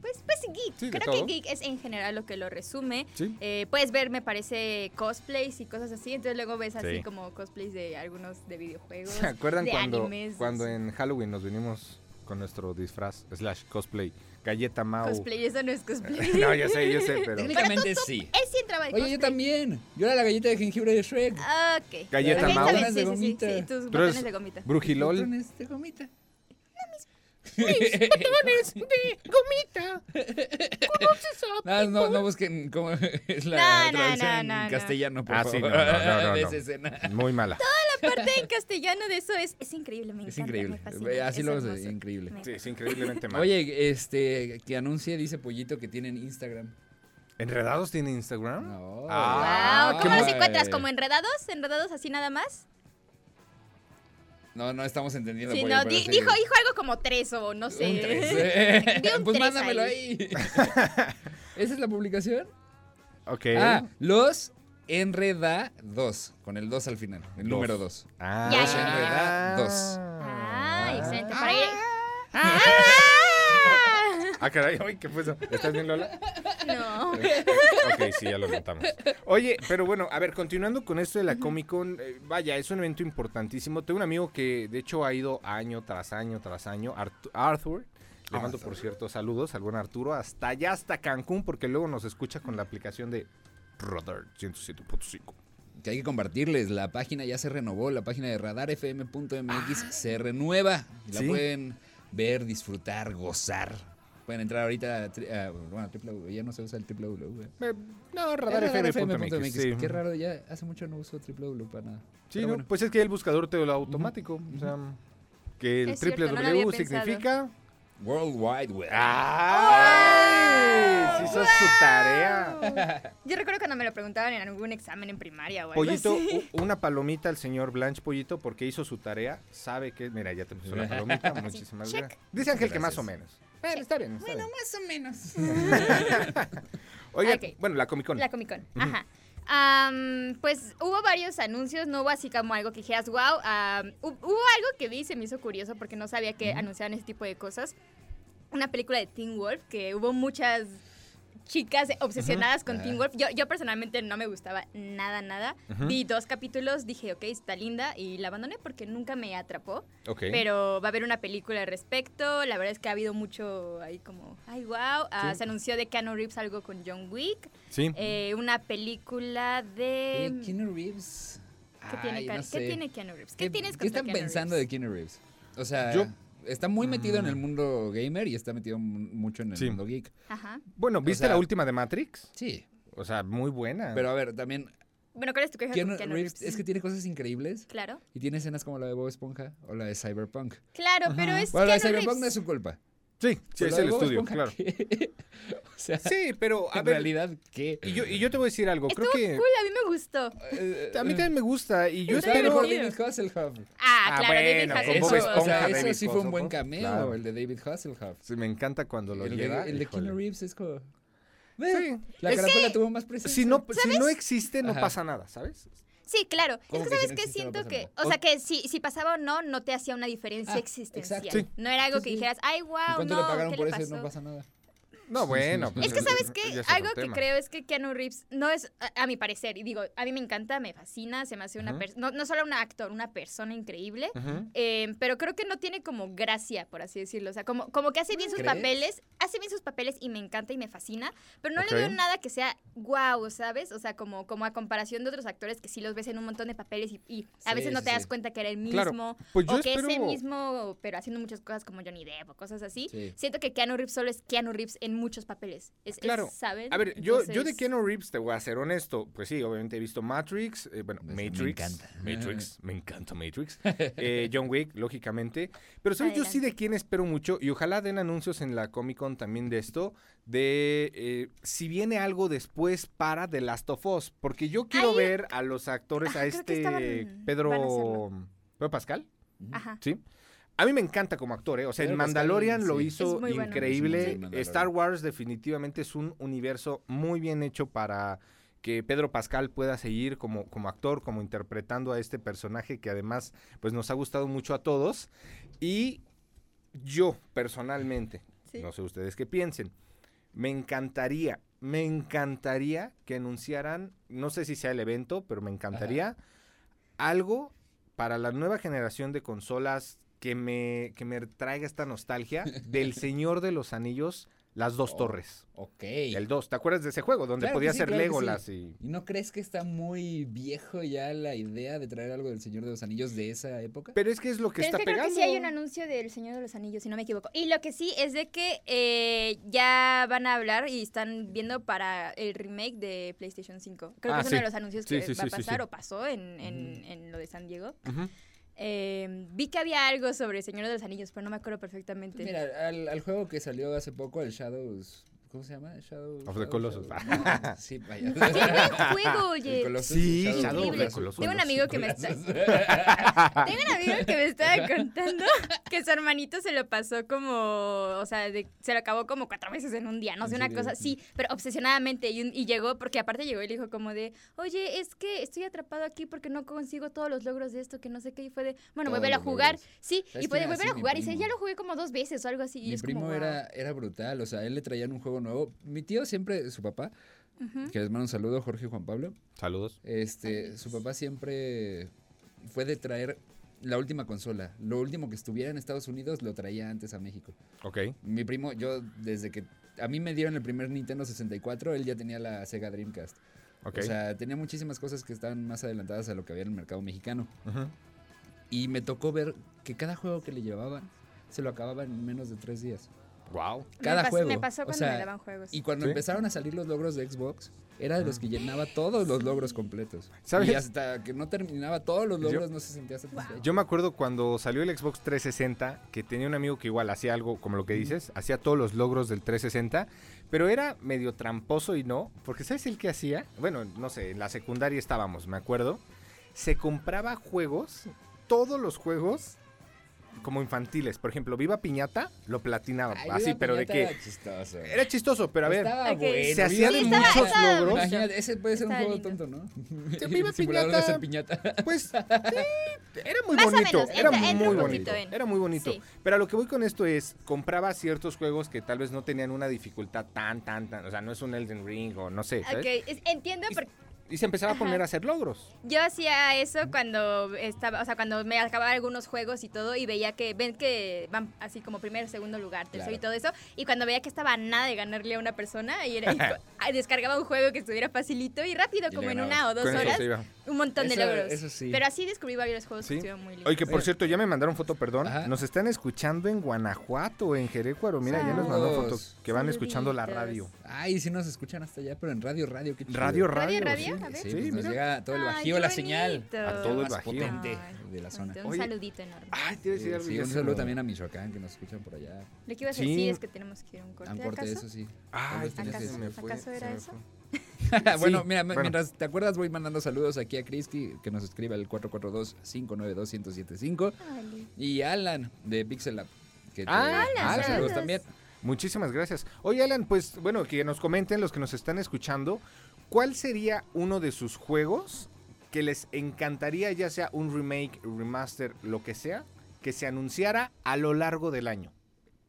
[SPEAKER 6] Pues, pues geek.
[SPEAKER 7] Sí, de
[SPEAKER 6] Creo que
[SPEAKER 7] todo.
[SPEAKER 6] geek es en general lo que lo resume.
[SPEAKER 7] Sí.
[SPEAKER 6] Eh, puedes ver, me parece, cosplays y cosas así. Entonces luego ves así
[SPEAKER 7] Sí.
[SPEAKER 6] como cosplays de algunos de videojuegos.
[SPEAKER 7] ¿Se acuerdan
[SPEAKER 6] de
[SPEAKER 7] cuando,
[SPEAKER 6] animes,
[SPEAKER 7] cuando en Halloween nos venimos con nuestro disfraz slash cosplay? Galleta Mau.
[SPEAKER 6] Cosplay, eso no es cosplay.
[SPEAKER 7] no, yo sé, yo sé, pero...
[SPEAKER 5] Técnicamente sí.
[SPEAKER 6] Él sí entraba de
[SPEAKER 5] Oye, yo
[SPEAKER 6] cosplay.
[SPEAKER 5] también. Yo era la galleta de jengibre de Shrek.
[SPEAKER 6] Ah, Ok.
[SPEAKER 7] Galleta
[SPEAKER 6] Ok, está
[SPEAKER 7] Mao.
[SPEAKER 6] bien,
[SPEAKER 5] Botones de
[SPEAKER 6] sí, sí, sí,
[SPEAKER 5] gomita.
[SPEAKER 6] sí, tus
[SPEAKER 7] Pero
[SPEAKER 6] botones
[SPEAKER 7] es-
[SPEAKER 6] de gomita.
[SPEAKER 7] Brujilol.
[SPEAKER 5] Botones de gomita. No, no, no busquen cómo es la
[SPEAKER 6] No, no,
[SPEAKER 5] traducción
[SPEAKER 6] no, no,
[SPEAKER 5] en
[SPEAKER 6] no.
[SPEAKER 5] castellano, por
[SPEAKER 7] Ah,
[SPEAKER 5] favor.
[SPEAKER 7] sí, no, no, no, no,
[SPEAKER 5] de
[SPEAKER 7] no.
[SPEAKER 5] esa escena.
[SPEAKER 7] Muy mala.
[SPEAKER 6] Aparte en castellano de eso es, es increíble, me encanta.
[SPEAKER 5] Es increíble.
[SPEAKER 6] me fascina,
[SPEAKER 5] Así
[SPEAKER 6] es
[SPEAKER 5] lo
[SPEAKER 6] hermoso.
[SPEAKER 5] es increíble.
[SPEAKER 6] Me-
[SPEAKER 7] Sí, es increíblemente mala.
[SPEAKER 5] Oye, este, que anuncie, dice Pollito, que tienen Instagram.
[SPEAKER 7] ¿Enredados tiene Instagram?
[SPEAKER 5] No.
[SPEAKER 7] Ah,
[SPEAKER 6] Wow, ¿cómo
[SPEAKER 7] qué
[SPEAKER 6] los
[SPEAKER 7] mal.
[SPEAKER 6] encuentras? ¿Como enredados? ¿Enredados así nada más?
[SPEAKER 5] No, no estamos entendiendo.
[SPEAKER 6] Sí,
[SPEAKER 5] Pollo,
[SPEAKER 6] no,
[SPEAKER 5] pero
[SPEAKER 6] di-
[SPEAKER 5] sí.
[SPEAKER 6] dijo, dijo algo como tres o no sé.
[SPEAKER 5] Un tres.
[SPEAKER 6] Di un
[SPEAKER 5] pues
[SPEAKER 6] tres
[SPEAKER 5] mándamelo
[SPEAKER 6] ahí.
[SPEAKER 5] ahí. ¿Esa es la publicación?
[SPEAKER 7] Ok.
[SPEAKER 5] Ah, los enreda 2, con el 2 al final, el
[SPEAKER 7] Dos.
[SPEAKER 5] número 2.
[SPEAKER 7] Ah.
[SPEAKER 6] Ya,
[SPEAKER 5] Los
[SPEAKER 6] ya, ya, ya.
[SPEAKER 5] enreda
[SPEAKER 6] Ah, excelente. Para ir.
[SPEAKER 7] Ah, caray, uy, ¿qué fue eso? ¿Estás bien, Lola?
[SPEAKER 6] Ah. No.
[SPEAKER 7] ok, sí, ya lo notamos. Oye, pero bueno, a ver, continuando con esto de la Comic Con, eh, vaya, es un evento importantísimo. Tengo un amigo que de hecho ha ido año tras año tras año, Artu- Arthur. Le mando, por cierto, Ah, saludos al buen Arturo, hasta allá, hasta Cancún, porque luego nos escucha con la aplicación de Radar 107.5.
[SPEAKER 5] 2. Que hay que compartirles, la página ya se renovó, la página de radarfm.mx
[SPEAKER 6] Ah.
[SPEAKER 5] se renueva. Y La
[SPEAKER 7] Sí.
[SPEAKER 5] pueden ver, disfrutar, gozar. Pueden entrar ahorita a, tri- a- bueno, triple W, ya no se usa el triple W.
[SPEAKER 7] Eh, no,
[SPEAKER 5] radarfm.mx,
[SPEAKER 7] radarfm.mx. Sí,
[SPEAKER 5] Qué raro, ya hace mucho no uso triple W para nada.
[SPEAKER 7] Sí,
[SPEAKER 5] Pero
[SPEAKER 7] no,
[SPEAKER 5] bueno.
[SPEAKER 7] pues es que el buscador te lo automático. O sea, que el
[SPEAKER 6] Es
[SPEAKER 7] triple
[SPEAKER 6] cierto, no lo
[SPEAKER 7] W
[SPEAKER 6] había pensado.
[SPEAKER 7] significa.
[SPEAKER 5] World Wide Web.
[SPEAKER 6] Ah.
[SPEAKER 7] ¡Ay! Sí, hizo su tarea.
[SPEAKER 6] Yo recuerdo cuando me lo preguntaban en algún examen en primaria o algo
[SPEAKER 7] Pollito,
[SPEAKER 6] así.
[SPEAKER 7] u- una palomita al señor Blanche Pollito porque hizo su tarea, sabe que, mira, ya te puso la palomita, muchísimas
[SPEAKER 6] check.
[SPEAKER 7] gracias. Dice Ángel que más o menos. Bueno, está bien, está bien.
[SPEAKER 5] Más o menos.
[SPEAKER 7] Oiga,
[SPEAKER 6] Ok.
[SPEAKER 7] bueno, la Comic Con.
[SPEAKER 6] La Comic Con. Ajá. Am, pues hubo varios anuncios, no hubo así como algo que dijeras, wow. am, hu- hubo algo que vi y se me hizo curioso porque no sabía que anunciaban ese tipo de cosas. Una película de Teen Wolf que hubo muchas chicas obsesionadas
[SPEAKER 7] Ah.
[SPEAKER 6] con Teen Wolf. Yo, yo personalmente no me gustaba nada, nada. Vi dos capítulos, dije, ok, está linda y la abandoné porque nunca me atrapó.
[SPEAKER 7] Ok.
[SPEAKER 6] Pero va a haber una película al respecto. La verdad es que ha habido mucho ahí como, ay, wow. Ah, Se anunció de Keanu Reeves algo con John Wick.
[SPEAKER 7] sí.
[SPEAKER 6] Eh, una película de... mm,
[SPEAKER 5] Oye, Keanu Reeves.
[SPEAKER 6] Em, ¿Qué,
[SPEAKER 5] Eh,
[SPEAKER 6] tiene,
[SPEAKER 5] Ay,
[SPEAKER 6] Keanu-
[SPEAKER 5] no
[SPEAKER 6] ¿Qué
[SPEAKER 5] sé.
[SPEAKER 6] tiene Keanu Reeves? ¿Qué, tienes
[SPEAKER 5] ¿Qué
[SPEAKER 6] contra
[SPEAKER 5] están pensando de Keanu Reeves? O sea,
[SPEAKER 7] Yo- Mm.
[SPEAKER 5] está muy metido en el mundo gamer y está metido mu- mucho en el
[SPEAKER 7] Sí.
[SPEAKER 5] mundo geek.
[SPEAKER 6] de...? Ajá.
[SPEAKER 7] bueno, ¿viste
[SPEAKER 5] sea-
[SPEAKER 7] la última de Matrix?
[SPEAKER 5] Sí.
[SPEAKER 7] O sea, muy buena.
[SPEAKER 5] Pero a ver, también
[SPEAKER 6] Bueno, ¿cuál es tu queja
[SPEAKER 5] Keanu,
[SPEAKER 6] con Keanu
[SPEAKER 5] Reeves,
[SPEAKER 6] Reeves?
[SPEAKER 5] es que tiene cosas increíbles
[SPEAKER 6] Claro.
[SPEAKER 5] y tiene escenas como la de Bob Esponja o la de Cyberpunk.
[SPEAKER 6] Claro, pero es
[SPEAKER 5] Bueno, la de
[SPEAKER 6] Keanu
[SPEAKER 5] Cyberpunk no es
[SPEAKER 6] Reeves.
[SPEAKER 5] su culpa.
[SPEAKER 7] sí, sí,
[SPEAKER 5] Pero
[SPEAKER 7] es
[SPEAKER 5] pues la de
[SPEAKER 7] el
[SPEAKER 5] Bob
[SPEAKER 7] estudio,
[SPEAKER 5] Esponja,
[SPEAKER 7] claro.
[SPEAKER 5] ¿qué? o sea,
[SPEAKER 7] Sí, pero a
[SPEAKER 5] en
[SPEAKER 7] ver.
[SPEAKER 5] realidad, ¿qué?
[SPEAKER 7] Y yo, y yo te voy a decir algo. Creo que.
[SPEAKER 6] Estuvo cool, a mí me gustó.
[SPEAKER 5] Eh,
[SPEAKER 7] A mí también me gusta. Y yo
[SPEAKER 5] está
[SPEAKER 7] espero.
[SPEAKER 5] mejor David Hasselhoff.
[SPEAKER 6] Ah,
[SPEAKER 7] Ah,
[SPEAKER 6] claro, David
[SPEAKER 7] bueno,
[SPEAKER 6] Hasselhoff.
[SPEAKER 7] con
[SPEAKER 5] Eso,
[SPEAKER 7] Bob
[SPEAKER 5] o sea,
[SPEAKER 7] Esponja,
[SPEAKER 5] eso
[SPEAKER 7] David
[SPEAKER 5] sí fue un buen
[SPEAKER 7] Hasselhoff,
[SPEAKER 5] cameo,
[SPEAKER 7] claro.
[SPEAKER 5] el de David Hasselhoff.
[SPEAKER 7] Sí, me encanta cuando lo
[SPEAKER 5] el
[SPEAKER 7] lleva.
[SPEAKER 5] de, el de
[SPEAKER 7] híjole.
[SPEAKER 5] Keanu Reeves es como...
[SPEAKER 7] Sí.
[SPEAKER 5] La
[SPEAKER 7] Es
[SPEAKER 5] caracola tuvo más presencia.
[SPEAKER 7] Si no, pues, si no existe, no
[SPEAKER 5] Ajá.
[SPEAKER 7] pasa nada, ¿sabes?
[SPEAKER 6] Sí, claro. Es
[SPEAKER 5] ¿Cómo que
[SPEAKER 6] que,
[SPEAKER 5] si
[SPEAKER 6] ¿sabes
[SPEAKER 5] no
[SPEAKER 6] qué?
[SPEAKER 5] existe no
[SPEAKER 6] Siento
[SPEAKER 5] pasa
[SPEAKER 6] que...
[SPEAKER 5] nada?
[SPEAKER 6] O sea, que si, si pasaba o no, no te hacía una diferencia
[SPEAKER 5] Ah,
[SPEAKER 6] existencial.
[SPEAKER 5] exacto. Sí.
[SPEAKER 6] No era algo
[SPEAKER 5] Sí,
[SPEAKER 6] que
[SPEAKER 5] sí.
[SPEAKER 6] dijeras, ay,
[SPEAKER 5] ¿Y
[SPEAKER 6] wow,
[SPEAKER 5] cuánto le
[SPEAKER 6] Ah, no,
[SPEAKER 5] pagaron
[SPEAKER 6] ¿qué
[SPEAKER 5] por
[SPEAKER 6] le
[SPEAKER 5] eso?
[SPEAKER 6] pasó?
[SPEAKER 5] No pasa nada.
[SPEAKER 7] No, bueno. pues, eh,
[SPEAKER 5] Es
[SPEAKER 6] Es que, ¿sabes
[SPEAKER 7] ya
[SPEAKER 6] qué?
[SPEAKER 7] es otro
[SPEAKER 6] Algo que
[SPEAKER 7] tema.
[SPEAKER 6] creo es que Keanu Reeves no es, a, a mi parecer, y digo, a mí me encanta, me fascina, se me hace una persona, no, no solo un actor, una persona increíble,
[SPEAKER 7] Ujú.
[SPEAKER 6] eh, pero creo que no tiene como gracia, por así decirlo. O sea, como, como que
[SPEAKER 7] Mm.
[SPEAKER 6] hace bien sus
[SPEAKER 5] ¿Crees?
[SPEAKER 6] papeles, hace bien sus papeles y me encanta y me fascina, pero no
[SPEAKER 7] Ok.
[SPEAKER 6] le veo nada que sea wow, ¿sabes? O sea, como, como a comparación de otros actores que sí los ves en un montón de papeles y, y a
[SPEAKER 5] Sí,
[SPEAKER 6] veces no
[SPEAKER 5] sí,
[SPEAKER 6] te das
[SPEAKER 5] sí.
[SPEAKER 6] cuenta que era el mismo.
[SPEAKER 7] Claro. Pues yo
[SPEAKER 6] o que es el
[SPEAKER 7] espero-
[SPEAKER 6] mismo, pero haciendo muchas cosas como Johnny Depp o cosas así.
[SPEAKER 5] Sí.
[SPEAKER 6] Siento que Keanu Reeves solo es Keanu Reeves en muchos papeles. Es, es-
[SPEAKER 7] Claro.
[SPEAKER 6] ¿saben?
[SPEAKER 7] A ver, yo, yo de
[SPEAKER 6] Entonces,
[SPEAKER 7] Keanu Reeves te voy a ser honesto. Pues sí, obviamente he visto Matrix. eh, bueno,
[SPEAKER 5] Me
[SPEAKER 7] Matrix.
[SPEAKER 5] encanta.
[SPEAKER 7] Matrix. me encanta Matrix. Eh, John Wick, lógicamente. Pero ¿sabes? Yo sí
[SPEAKER 6] Adelante.
[SPEAKER 7] de quién espero mucho. Y ojalá den anuncios en la Comic Con también de esto. De eh, si viene algo después para The Last of Us. Porque yo quiero
[SPEAKER 6] Ahí-
[SPEAKER 7] ver a los actores,
[SPEAKER 6] Ah,
[SPEAKER 7] a
[SPEAKER 6] creo que
[SPEAKER 7] este
[SPEAKER 6] estaban- van a
[SPEAKER 7] Pedro.
[SPEAKER 6] hacerlo.
[SPEAKER 7] ¿Pedro Pascal?
[SPEAKER 6] Ajá.
[SPEAKER 7] Sí. A mí me encanta como actor, ¿eh? O sea, en
[SPEAKER 5] Pedro Pascal,
[SPEAKER 7] Mandalorian lo
[SPEAKER 5] sí.
[SPEAKER 6] Es
[SPEAKER 7] hizo
[SPEAKER 6] muy bueno.
[SPEAKER 5] Sí,
[SPEAKER 7] increíble.
[SPEAKER 5] Mandalorian.
[SPEAKER 7] Star Wars definitivamente es un universo muy bien hecho para que Pedro Pascal pueda seguir como, como actor, como interpretando a este personaje que además pues nos ha gustado mucho a todos. Y yo personalmente,
[SPEAKER 6] Sí.
[SPEAKER 7] no sé ustedes qué piensen, me encantaría, me encantaría que anunciaran, no sé si sea el evento, pero me encantaría algo para la nueva generación de consolas que me, que me traiga esta nostalgia del Señor de los Anillos, las dos torres.
[SPEAKER 5] Ok.
[SPEAKER 7] El 2, ¿te acuerdas de ese juego? Donde
[SPEAKER 5] Oh, Claro que
[SPEAKER 7] podía
[SPEAKER 5] sí,
[SPEAKER 7] ser
[SPEAKER 5] claro que
[SPEAKER 7] Legolas y...
[SPEAKER 5] ¿Y no crees que está muy viejo ya la idea de traer algo del Señor de los Anillos de esa época?
[SPEAKER 7] Pero es que es lo que
[SPEAKER 6] Pero
[SPEAKER 7] está
[SPEAKER 6] es que
[SPEAKER 7] pegando.
[SPEAKER 6] creo que sí hay un anuncio del Señor de los Anillos, si no me equivoco. Y lo que sí es de que eh, ya van a hablar y están viendo para el remake de PlayStation 5. Creo
[SPEAKER 7] Ah,
[SPEAKER 6] que es
[SPEAKER 7] sí.
[SPEAKER 6] uno de los anuncios
[SPEAKER 7] Sí,
[SPEAKER 6] que
[SPEAKER 7] sí,
[SPEAKER 6] va
[SPEAKER 7] sí,
[SPEAKER 6] a
[SPEAKER 7] sí,
[SPEAKER 6] pasar
[SPEAKER 7] sí.
[SPEAKER 6] o pasó en, en- en lo de San Diego.
[SPEAKER 7] Ujú.
[SPEAKER 6] Eh, vi que había algo sobre el Señor de los Anillos, pero no me acuerdo perfectamente.
[SPEAKER 5] Pues Mira, al, al juego que salió hace poco, el Shadows. ¿Cómo se llama? Shadow.
[SPEAKER 7] the
[SPEAKER 5] Shadow-
[SPEAKER 7] Colossus.
[SPEAKER 5] Shadow- no, sí, vaya.
[SPEAKER 6] ¡Qué buen juego,
[SPEAKER 5] El
[SPEAKER 6] oye!
[SPEAKER 5] Colossus,
[SPEAKER 7] Sí,
[SPEAKER 5] Shadow of
[SPEAKER 7] Shadow
[SPEAKER 5] the
[SPEAKER 7] of the
[SPEAKER 5] Colossus.
[SPEAKER 7] Colossus.
[SPEAKER 6] Tengo un amigo que me está... Tengo un amigo que me estaba contando que su hermanito se lo pasó como, o sea, de- se lo acabó como cuatro veces en un día, no sé,
[SPEAKER 5] ¿En
[SPEAKER 6] una
[SPEAKER 5] serio?
[SPEAKER 6] cosa así, pero obsesionadamente. Y, un- y llegó, porque aparte llegó y le dijo como de, oye, es que estoy atrapado aquí porque no consigo todos los logros de esto, que no sé qué. Y fue de, bueno,
[SPEAKER 5] Todos
[SPEAKER 6] vuelve a
[SPEAKER 5] los
[SPEAKER 6] jugar.
[SPEAKER 5] logros.
[SPEAKER 6] Sí,
[SPEAKER 5] ¿Sabes
[SPEAKER 6] y fue
[SPEAKER 5] quién era
[SPEAKER 6] de volver a
[SPEAKER 5] así? Mi
[SPEAKER 6] jugar. Y dice,
[SPEAKER 5] primo.
[SPEAKER 6] ya lo jugué como dos veces o algo así. y
[SPEAKER 5] Mi
[SPEAKER 6] es
[SPEAKER 5] primo
[SPEAKER 6] como,
[SPEAKER 5] era, era brutal, o sea, él le traían un juego nuevo. Mi tío siempre, su papá, que les mando un saludo, Jorge y Juan Pablo.
[SPEAKER 7] Saludos.
[SPEAKER 5] Este, su papá siempre fue de traer la última consola. Lo último que estuviera en Estados Unidos lo traía antes a México.
[SPEAKER 7] Ok.
[SPEAKER 5] Mi primo, yo desde que a mí me dieron el primer Nintendo 64, él ya tenía la Sega Dreamcast.
[SPEAKER 7] Ok.
[SPEAKER 5] O sea, tenía muchísimas cosas que estaban más adelantadas a lo que había en el mercado mexicano.
[SPEAKER 7] Ujú.
[SPEAKER 5] Y me tocó ver que cada juego que le llevaban se lo acababan en menos de tres días.
[SPEAKER 7] Wow.
[SPEAKER 6] Me
[SPEAKER 5] Cada
[SPEAKER 6] pas-
[SPEAKER 5] juego.
[SPEAKER 6] Me pasó
[SPEAKER 5] o
[SPEAKER 6] cuando
[SPEAKER 5] sea,
[SPEAKER 6] me daban juegos.
[SPEAKER 5] Y cuando
[SPEAKER 7] ¿Sí? Ah.
[SPEAKER 5] empezaron a salir los logros de Xbox, era de los que llenaba todos los logros completos.
[SPEAKER 7] ¿Sabes?
[SPEAKER 5] Y hasta que no terminaba todos los
[SPEAKER 7] Yo-
[SPEAKER 5] logros no se sentía satisfecho.
[SPEAKER 7] Yo me acuerdo cuando salió el Xbox 360, que tenía un amigo que igual hacía algo como lo que dices, hacía todos los logros del 360, pero era medio tramposo y no, porque ¿sabes el que hacía? Bueno, no sé, en la secundaria estábamos, me acuerdo. Se compraba juegos, todos los juegos, como infantiles. Por ejemplo, Viva Piñata, lo platinaba,
[SPEAKER 5] Ay,
[SPEAKER 7] así,
[SPEAKER 5] Viva
[SPEAKER 7] ah, pero de
[SPEAKER 5] Piñata
[SPEAKER 7] que...
[SPEAKER 5] era chistoso.
[SPEAKER 7] Era chistoso, pero a ver,
[SPEAKER 5] Estaba
[SPEAKER 6] Ok.
[SPEAKER 5] bueno,
[SPEAKER 7] se hacía
[SPEAKER 5] Viva
[SPEAKER 7] de
[SPEAKER 6] Sí,
[SPEAKER 5] Piñata.
[SPEAKER 6] estaba-
[SPEAKER 7] muchos
[SPEAKER 6] estaba-
[SPEAKER 7] logros.
[SPEAKER 5] Imagínate, ese puede ser un
[SPEAKER 6] Estaba
[SPEAKER 5] juego
[SPEAKER 6] lindo.
[SPEAKER 5] tonto, ¿no?
[SPEAKER 7] Sí, Viva
[SPEAKER 5] El simulador de hacer piñata.
[SPEAKER 7] Pues sí, era muy
[SPEAKER 6] Más o
[SPEAKER 7] bonito,
[SPEAKER 6] menos,
[SPEAKER 7] era
[SPEAKER 6] entra- entra
[SPEAKER 7] muy
[SPEAKER 6] un
[SPEAKER 7] bonito,
[SPEAKER 6] poquito en.
[SPEAKER 7] era muy bonito.
[SPEAKER 6] Sí.
[SPEAKER 7] Pero a lo que voy con esto es, compraba ciertos juegos que tal vez no tenían una dificultad tan, tan, tan, o sea, no es un Elden Ring o no sé, ¿sabes?
[SPEAKER 6] Ok, es- entiendo por
[SPEAKER 7] Y se empezaba a poner
[SPEAKER 6] Ajá.
[SPEAKER 7] a hacer logros.
[SPEAKER 6] Yo hacía eso cuando estaba, o sea, cuando me acababa algunos juegos y todo y veía que ven que van así como primer, segundo lugar, tercero
[SPEAKER 5] Claro.
[SPEAKER 6] y todo eso y cuando veía que estaba a nada de ganarle a una persona y, era- y co- ah, descargaba un juego que estuviera facilito y rápido
[SPEAKER 5] Y le
[SPEAKER 6] como en
[SPEAKER 5] ganabas.
[SPEAKER 6] una o dos
[SPEAKER 7] Con eso
[SPEAKER 6] horas
[SPEAKER 7] se iba.
[SPEAKER 6] un montón de
[SPEAKER 5] Eso-
[SPEAKER 6] logros.
[SPEAKER 5] eso sí.
[SPEAKER 6] Pero así descubrí varios juegos
[SPEAKER 7] Sí.
[SPEAKER 6] que estuvieron muy lindos.
[SPEAKER 7] Oye, que por cierto, ya me mandaron foto, perdón.
[SPEAKER 5] Ajá.
[SPEAKER 7] Nos están escuchando en Guanajuato, en Jerecuaro. Mira, ya nos mandaron foto
[SPEAKER 5] Saludos.
[SPEAKER 7] que van escuchando la radio.
[SPEAKER 6] Saluditos.
[SPEAKER 5] Ay, sí nos escuchan hasta allá, pero en radio, radio, qué chido.
[SPEAKER 7] Radio, radio.
[SPEAKER 6] ¿Radio,
[SPEAKER 7] sí.
[SPEAKER 6] radio? A ver.
[SPEAKER 5] Sí,
[SPEAKER 7] Sí,
[SPEAKER 5] pues nos
[SPEAKER 7] Ah, mira.
[SPEAKER 5] llega a todo el
[SPEAKER 6] Ay,
[SPEAKER 5] bajío
[SPEAKER 6] Ah, qué
[SPEAKER 5] la señal.
[SPEAKER 6] bonito. A
[SPEAKER 7] todo el
[SPEAKER 5] más
[SPEAKER 7] bajío.
[SPEAKER 5] potente
[SPEAKER 6] Ay,
[SPEAKER 5] de la zona.
[SPEAKER 6] Un
[SPEAKER 7] Oye. Ah,
[SPEAKER 6] saludito enorme.
[SPEAKER 7] Ay, te iba a decir algo
[SPEAKER 5] Sí,
[SPEAKER 7] y
[SPEAKER 5] un
[SPEAKER 7] ya se
[SPEAKER 5] saludo
[SPEAKER 7] me-
[SPEAKER 5] también a Michoacán, que nos escuchan por allá.
[SPEAKER 6] Lo que ibas a
[SPEAKER 7] Sí.
[SPEAKER 6] decir es que tenemos que ir a un corte,
[SPEAKER 5] A un corte,
[SPEAKER 6] ¿acaso?
[SPEAKER 5] eso sí.
[SPEAKER 7] Ay,
[SPEAKER 5] Tal vez
[SPEAKER 7] este, se
[SPEAKER 5] tenés
[SPEAKER 7] me
[SPEAKER 6] eso.
[SPEAKER 7] fue,
[SPEAKER 6] ¿Acaso
[SPEAKER 7] se
[SPEAKER 6] era
[SPEAKER 7] me
[SPEAKER 6] eso?
[SPEAKER 7] fue.
[SPEAKER 5] bueno, mira,
[SPEAKER 7] bueno.
[SPEAKER 5] mientras te acuerdas, voy mandando saludos aquí a Chris, que, que nos escribe al 442-592-1075.
[SPEAKER 6] Ay,
[SPEAKER 5] Y Alan, de Pixel Lab. Que te-
[SPEAKER 7] Ah,
[SPEAKER 5] te
[SPEAKER 7] Alan.
[SPEAKER 5] saludos también.
[SPEAKER 7] Muchísimas gracias. Oye, Alan, pues bueno, que nos comenten los que nos están escuchando, ¿cuál sería uno de sus juegos que les encantaría, ya sea un remake, remaster, lo que sea, que se anunciara a lo largo del año?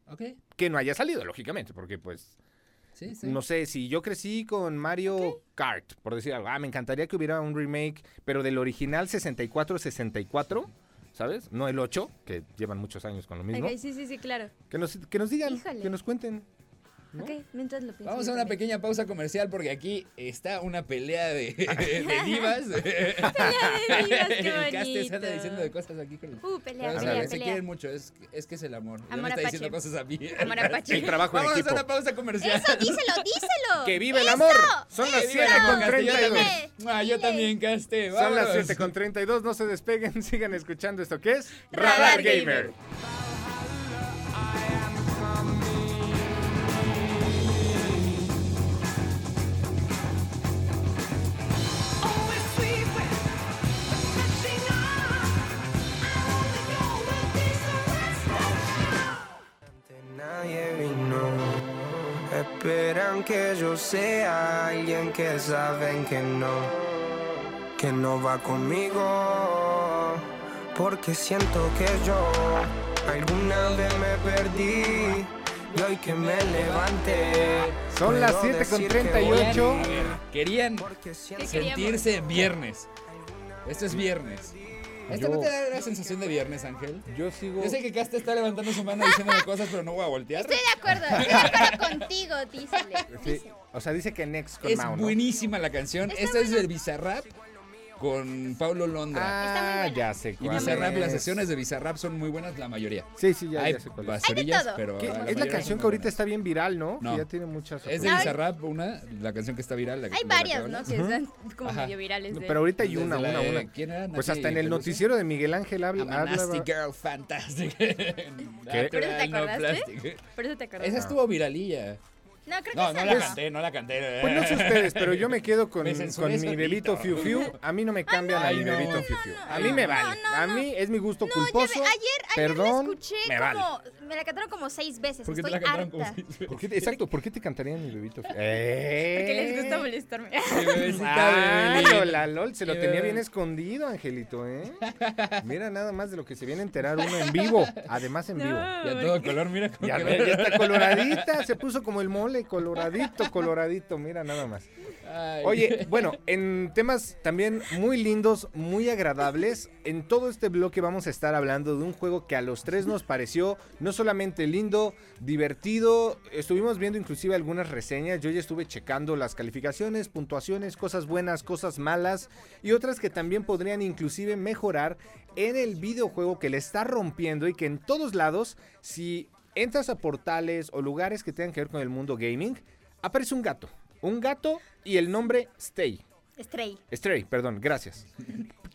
[SPEAKER 5] Ok,
[SPEAKER 7] Que no haya salido, lógicamente, porque pues,
[SPEAKER 5] sí, sí.
[SPEAKER 7] no sé, si yo crecí con Mario Kart, por decir algo, ah, me encantaría que hubiera un remake, pero del original 64-64, ¿sabes? No el 8, que llevan muchos años con lo mismo.
[SPEAKER 6] Ok, sí, sí, sí, claro.
[SPEAKER 7] Que, nos, que nos digan,
[SPEAKER 6] Híjole.
[SPEAKER 7] que nos cuenten. ¿no?
[SPEAKER 6] Ok, mientras lo pienso.
[SPEAKER 5] Vamos
[SPEAKER 6] yo
[SPEAKER 5] a una
[SPEAKER 6] también.
[SPEAKER 5] pequeña pausa comercial porque aquí está una pelea de, de divas. pelea
[SPEAKER 6] de divas, qué
[SPEAKER 5] El Castes
[SPEAKER 6] bonito.
[SPEAKER 5] anda diciendo de cosas aquí con
[SPEAKER 6] Uh, pelea,
[SPEAKER 5] Pero sí,
[SPEAKER 6] pelea,
[SPEAKER 5] se
[SPEAKER 6] pelea.
[SPEAKER 5] quieren mucho, es, es que es el amor. Ya
[SPEAKER 6] Amor
[SPEAKER 5] me está
[SPEAKER 6] apache.
[SPEAKER 5] diciendo cosas a mí.
[SPEAKER 6] Amor apache.
[SPEAKER 7] El trabajo en
[SPEAKER 5] Vamos a
[SPEAKER 7] equipo.
[SPEAKER 5] una pausa comercial.
[SPEAKER 6] Eso, díselo, díselo.
[SPEAKER 7] ¡Que vive el
[SPEAKER 6] Eso,
[SPEAKER 7] amor! Son las
[SPEAKER 5] Que
[SPEAKER 7] 7
[SPEAKER 5] viva la
[SPEAKER 7] con
[SPEAKER 5] boca, yo
[SPEAKER 7] 32.
[SPEAKER 5] también. Ah, yo también, Caste.
[SPEAKER 7] Son las
[SPEAKER 5] vámonos.
[SPEAKER 7] 7 con 32. No se despeguen, sigan escuchando esto que es
[SPEAKER 6] Radar Gamer.
[SPEAKER 8] Catching up, I only go with these arrests. Este aunque yo sea alguien que saben que no, que no va conmigo, porque siento que yo alguna vez me perdí y hoy que me levante.
[SPEAKER 7] Son las 7 con 38.
[SPEAKER 5] A ver, querían
[SPEAKER 6] ¿Qué queríamos?
[SPEAKER 5] sentirse viernes. Esto es viernes. ¿Esto no te da la sensación de viernes, Ángel?
[SPEAKER 7] Yo sigo.
[SPEAKER 5] Yo sé que Casta está levantando su mano diciéndome cosas, pero no voy a voltear.
[SPEAKER 6] Estoy de acuerdo, estoy de acuerdo contigo, dísele.
[SPEAKER 7] Sí, O sea, dice que next con
[SPEAKER 5] Es
[SPEAKER 7] Mao, ¿no?
[SPEAKER 5] buenísima la canción. Esta es del Bizarrap con Paulo Londra.
[SPEAKER 7] Ah,
[SPEAKER 6] buena.
[SPEAKER 7] ya sé
[SPEAKER 5] y
[SPEAKER 7] cuál
[SPEAKER 5] Bizarrap, las
[SPEAKER 7] es.
[SPEAKER 5] sesiones de Bizarrap son muy buenas, la mayoría.
[SPEAKER 7] Sí, sí, ya,
[SPEAKER 5] Hay
[SPEAKER 7] ya sé cuál es.
[SPEAKER 5] basurillas,
[SPEAKER 6] todo.
[SPEAKER 5] pero.
[SPEAKER 7] ¿Qué?
[SPEAKER 5] la
[SPEAKER 7] es la
[SPEAKER 5] mayoría
[SPEAKER 7] canción pues,
[SPEAKER 5] son
[SPEAKER 7] que ahorita
[SPEAKER 5] buenas.
[SPEAKER 7] está bien viral, ¿no?
[SPEAKER 5] No.
[SPEAKER 7] Que ya tiene muchas.
[SPEAKER 5] Es de
[SPEAKER 6] Ay.
[SPEAKER 5] Bizarrap, una, la canción que está viral. la-
[SPEAKER 6] Hay
[SPEAKER 5] la que
[SPEAKER 6] varias, ¿no?
[SPEAKER 5] hablas.
[SPEAKER 6] Que están como
[SPEAKER 5] Ajá.
[SPEAKER 6] medio virales. De...
[SPEAKER 7] Pero ahorita hay
[SPEAKER 5] Desde
[SPEAKER 7] una,
[SPEAKER 5] la
[SPEAKER 7] una,
[SPEAKER 5] de-
[SPEAKER 7] una.
[SPEAKER 5] ¿quién era?
[SPEAKER 7] Pues
[SPEAKER 5] Nati
[SPEAKER 7] hasta en el
[SPEAKER 5] Peluso.
[SPEAKER 7] noticiero de Miguel Ángel habla.
[SPEAKER 5] I'm a nasty
[SPEAKER 7] habla-
[SPEAKER 5] girl, fantastic.
[SPEAKER 6] ¿Pero te
[SPEAKER 5] Natural, no
[SPEAKER 6] acordaste?
[SPEAKER 5] plastic.
[SPEAKER 6] Por eso te
[SPEAKER 7] Ah.
[SPEAKER 6] acordaste.
[SPEAKER 5] Esa estuvo viralilla.
[SPEAKER 6] No, creo que
[SPEAKER 5] No,
[SPEAKER 6] esa
[SPEAKER 5] no la
[SPEAKER 6] no.
[SPEAKER 5] canté, no la canté.
[SPEAKER 7] Pues no sé ustedes, pero yo me quedo con,
[SPEAKER 5] Me
[SPEAKER 7] con
[SPEAKER 5] censuré
[SPEAKER 7] mi
[SPEAKER 5] solito.
[SPEAKER 7] bebito Fiu Fiu. A mí no me cambian
[SPEAKER 5] Ay,
[SPEAKER 7] a mi
[SPEAKER 5] no,
[SPEAKER 7] bebito
[SPEAKER 5] no,
[SPEAKER 7] Fiu Fiu.
[SPEAKER 6] no,
[SPEAKER 7] A mí me
[SPEAKER 6] no,
[SPEAKER 7] vale.
[SPEAKER 6] no,
[SPEAKER 7] a
[SPEAKER 6] no.
[SPEAKER 7] mí es mi gusto
[SPEAKER 6] No, ya
[SPEAKER 7] culposo.
[SPEAKER 6] ve- ayer, ayer
[SPEAKER 7] Perdón.
[SPEAKER 6] la escuché
[SPEAKER 7] me vale.
[SPEAKER 6] como. Me la cantaron como seis veces.
[SPEAKER 5] ¿Por qué te
[SPEAKER 6] Estoy
[SPEAKER 5] la cantaron como
[SPEAKER 6] harta.
[SPEAKER 5] si-
[SPEAKER 7] ¿Por qué te- exacto, ¿por qué te cantarían mi bebito Fiu Fiu? Eh.
[SPEAKER 6] Porque les gusta molestarme.
[SPEAKER 5] Mi bebecita
[SPEAKER 7] Ay,
[SPEAKER 5] Bebelín.
[SPEAKER 7] hola, LOL, se lo
[SPEAKER 5] Qué
[SPEAKER 7] tenía
[SPEAKER 5] bebé.
[SPEAKER 7] bien escondido, Angelito, ¿eh? Mira nada más de lo que se viene a enterar uno en vivo, además en vivo.
[SPEAKER 5] Y a todo color, mira cómo
[SPEAKER 7] Ya,
[SPEAKER 5] quedó.
[SPEAKER 7] ve, ya está coloradita, se puso como el mole, coloradito, coloradito, mira nada más.
[SPEAKER 5] Ay.
[SPEAKER 7] Oye, bueno, en temas también muy lindos, muy agradables, en todo este bloque vamos a estar hablando de un juego que a los tres nos pareció no solamente lindo, divertido, estuvimos viendo inclusive algunas reseñas, yo ya estuve checando las calificaciones, puntuaciones, cosas buenas, cosas malas y otras que también podrían inclusive mejorar en el videojuego que le está rompiendo y que en todos lados, si entras a portales o lugares que tengan que ver con el mundo gaming, aparece un gato. Un gato y el nombre Stay.
[SPEAKER 6] Stray.
[SPEAKER 7] Stray, perdón, gracias.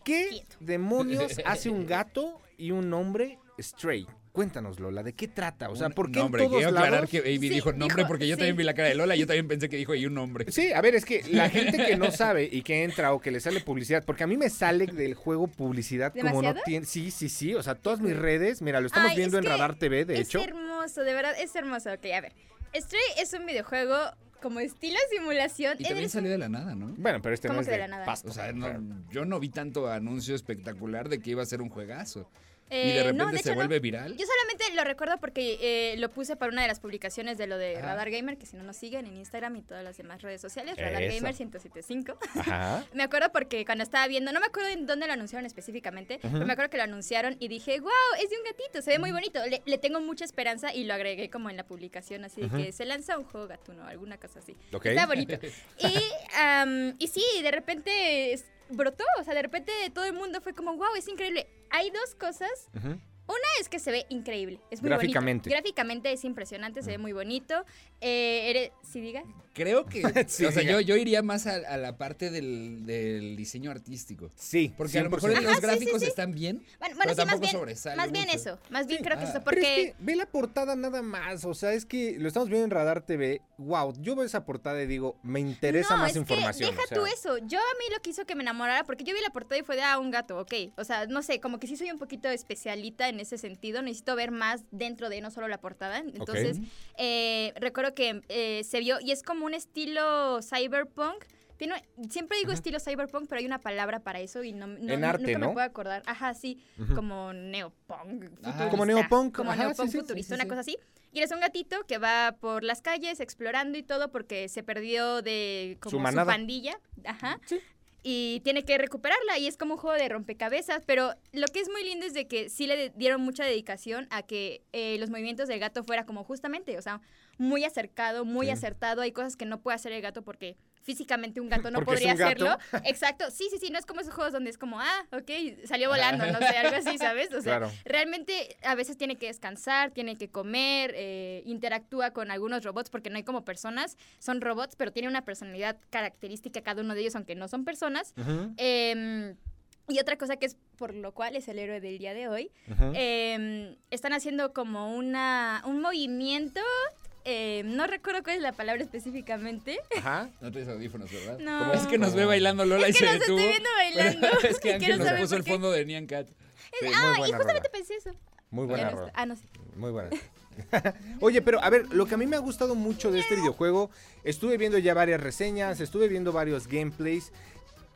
[SPEAKER 7] ¿Qué
[SPEAKER 6] Quieto.
[SPEAKER 7] demonios hace un gato y un nombre Stray? Cuéntanos, Lola, ¿de qué trata? O sea, ¿por qué
[SPEAKER 5] No, hombre,
[SPEAKER 7] en todos
[SPEAKER 5] quiero aclarar
[SPEAKER 7] lados...
[SPEAKER 5] que Baby
[SPEAKER 6] Sí,
[SPEAKER 5] dijo nombre
[SPEAKER 6] dijo,
[SPEAKER 5] porque yo
[SPEAKER 6] sí.
[SPEAKER 5] también vi la cara de Lola. Yo también pensé que dijo y un nombre.
[SPEAKER 7] Sí, a ver, es que la gente que no sabe y que entra o que le sale publicidad, porque a mí me sale del juego publicidad como no
[SPEAKER 6] ¿Demasiado?
[SPEAKER 7] tiene... Sí, sí, sí, o sea, todas mis redes, mira, lo estamos
[SPEAKER 6] Ay,
[SPEAKER 7] viendo en
[SPEAKER 6] es que
[SPEAKER 7] Radar TV, de
[SPEAKER 6] es
[SPEAKER 7] hecho.
[SPEAKER 6] hermoso, de verdad, es hermoso. Ok, a ver. Stray es un videojuego como estilo simulación.
[SPEAKER 5] Y también
[SPEAKER 6] Eres
[SPEAKER 5] salió de la nada, ¿no?
[SPEAKER 7] Bueno, pero este
[SPEAKER 6] ¿Cómo
[SPEAKER 7] no es
[SPEAKER 6] que de
[SPEAKER 7] de
[SPEAKER 6] la nada?
[SPEAKER 7] pasto.
[SPEAKER 5] O sea, no- yo no vi tanto anuncio espectacular de que iba a ser un juegazo. y de
[SPEAKER 6] Eh,
[SPEAKER 5] repente
[SPEAKER 6] no, de
[SPEAKER 5] se
[SPEAKER 6] hecho, no.
[SPEAKER 5] vuelve viral.
[SPEAKER 6] Yo solamente lo recuerdo porque eh, lo puse para una de las publicaciones de lo de
[SPEAKER 5] Ajá.
[SPEAKER 6] Radar Gamer, que si no nos siguen en Instagram y todas las demás redes sociales, Radar
[SPEAKER 7] Eso.
[SPEAKER 6] Gamer 1075.
[SPEAKER 7] Ajá.
[SPEAKER 6] Me acuerdo porque cuando estaba viendo, no me acuerdo en dónde lo anunciaron específicamente, pero me acuerdo que lo anunciaron y dije, wow, es de un gatito, se ve muy bonito, le, le tengo mucha esperanza y lo agregué como en la publicación, así de que se lanza un juego gatuno, alguna cosa así.
[SPEAKER 7] Ok.
[SPEAKER 6] Está bonito. Y, am, y sí, de repente es- brotó, o sea, de repente todo el mundo fue como, wow, es increíble. Hay dos cosas
[SPEAKER 7] Ujú.
[SPEAKER 6] es que se ve increíble. Es muy
[SPEAKER 7] Gráficamente.
[SPEAKER 6] Bonito. Gráficamente es impresionante, se ve muy bonito. Eh, eres- ¿Sí diga?
[SPEAKER 5] Creo que.
[SPEAKER 7] Sí,
[SPEAKER 5] o sea,
[SPEAKER 7] diga.
[SPEAKER 5] yo, yo iría más a, a la parte del, del diseño artístico.
[SPEAKER 7] Sí,
[SPEAKER 5] Porque a lo mejor
[SPEAKER 7] 100%.
[SPEAKER 5] los
[SPEAKER 6] Ajá, sí, sí,
[SPEAKER 5] gráficos
[SPEAKER 6] sí.
[SPEAKER 5] están bien. Pero
[SPEAKER 6] Bueno, bueno sí, más
[SPEAKER 5] tampoco
[SPEAKER 6] bien,
[SPEAKER 5] sobresale
[SPEAKER 6] más bien
[SPEAKER 5] mucho.
[SPEAKER 6] eso. Más bien creo que
[SPEAKER 5] Ah.
[SPEAKER 6] eso,
[SPEAKER 7] Pero
[SPEAKER 6] porque...
[SPEAKER 7] es que ve la portada nada más, o sea, es que lo estamos viendo en Radar TV. Wow, yo veo esa portada y digo, me interesa
[SPEAKER 6] no,
[SPEAKER 7] más
[SPEAKER 6] es
[SPEAKER 7] información.
[SPEAKER 6] Que deja
[SPEAKER 7] o sea,
[SPEAKER 6] tú eso. Yo a mí lo que hizo que me enamorara, porque yo vi la portada y fue de ah, un gato, ok. O sea, no sé, como que sí soy un poquito especialita en ese sentido. Necesito ver más dentro de no solo la portada. Entonces, eh, recuerdo que eh, se vio, y es como un estilo cyberpunk. Tiene, siempre digo estilo cyberpunk, pero hay una palabra para eso y no, no-
[SPEAKER 7] En
[SPEAKER 6] nu-
[SPEAKER 7] arte,
[SPEAKER 6] nunca
[SPEAKER 7] ¿no?
[SPEAKER 6] me puedo acordar. Ajá, sí, como neopunk.
[SPEAKER 5] Ajá.
[SPEAKER 6] futurista,
[SPEAKER 7] Como neopunk,
[SPEAKER 6] Como
[SPEAKER 7] ajá, sí,
[SPEAKER 6] neopunk
[SPEAKER 7] sí, sí,
[SPEAKER 6] futurista,
[SPEAKER 5] sí, sí.
[SPEAKER 6] una cosa así. Y eres un gatito que va por las calles explorando y todo porque se perdió de como
[SPEAKER 7] Su
[SPEAKER 6] su,
[SPEAKER 7] manada.
[SPEAKER 6] pandilla. Ajá. Y tiene que recuperarla y es como un juego de rompecabezas. Pero lo que es muy lindo es de que sí le de- dieron mucha dedicación a que eh, los movimientos del gato fuera como justamente, o sea, muy acercado, muy acertado. Hay cosas que no puede hacer el gato porque físicamente un gato no
[SPEAKER 7] Porque es
[SPEAKER 6] podría
[SPEAKER 7] un gato.
[SPEAKER 6] hacerlo. Exacto. Sí, sí, sí. No es como esos juegos donde es como, ah, ok, salió volando, no sé, algo así, ¿sabes? O sea,
[SPEAKER 7] Claro.
[SPEAKER 6] realmente a veces tiene que descansar, tiene que comer, eh, interactúa con algunos robots porque no hay como personas, son robots, pero tiene una personalidad característica cada uno de ellos, aunque no son personas.
[SPEAKER 7] Ujú,
[SPEAKER 6] Em, y otra cosa que es por lo cual es el héroe del día de hoy,
[SPEAKER 7] ujú.
[SPEAKER 6] em, están haciendo como una, un movimiento, em, no recuerdo cuál es la palabra específicamente.
[SPEAKER 7] Ajá.
[SPEAKER 5] No traes audífonos, ¿verdad?
[SPEAKER 6] No.
[SPEAKER 5] Como Es que nos ve bailando Lola
[SPEAKER 6] Es
[SPEAKER 5] y
[SPEAKER 6] que
[SPEAKER 5] se
[SPEAKER 6] los
[SPEAKER 5] detuvo.
[SPEAKER 6] estoy viendo bailando
[SPEAKER 5] pero es que
[SPEAKER 6] y quiero
[SPEAKER 5] Ángel nos
[SPEAKER 6] saber
[SPEAKER 5] puso
[SPEAKER 6] por
[SPEAKER 5] el
[SPEAKER 6] qué.
[SPEAKER 5] fondo de Nyan Cat.
[SPEAKER 7] Sí, muy
[SPEAKER 6] Ah,
[SPEAKER 7] buena
[SPEAKER 6] y
[SPEAKER 7] rola.
[SPEAKER 6] justamente pensé eso.
[SPEAKER 9] Muy
[SPEAKER 6] Ya
[SPEAKER 9] buena
[SPEAKER 6] no
[SPEAKER 9] rola.
[SPEAKER 6] está- Ah, no sé.
[SPEAKER 9] Muy buena.
[SPEAKER 7] Oye, pero a ver, lo que a mí me ha gustado mucho de este videojuego, estuve viendo ya varias reseñas, estuve viendo varios gameplays.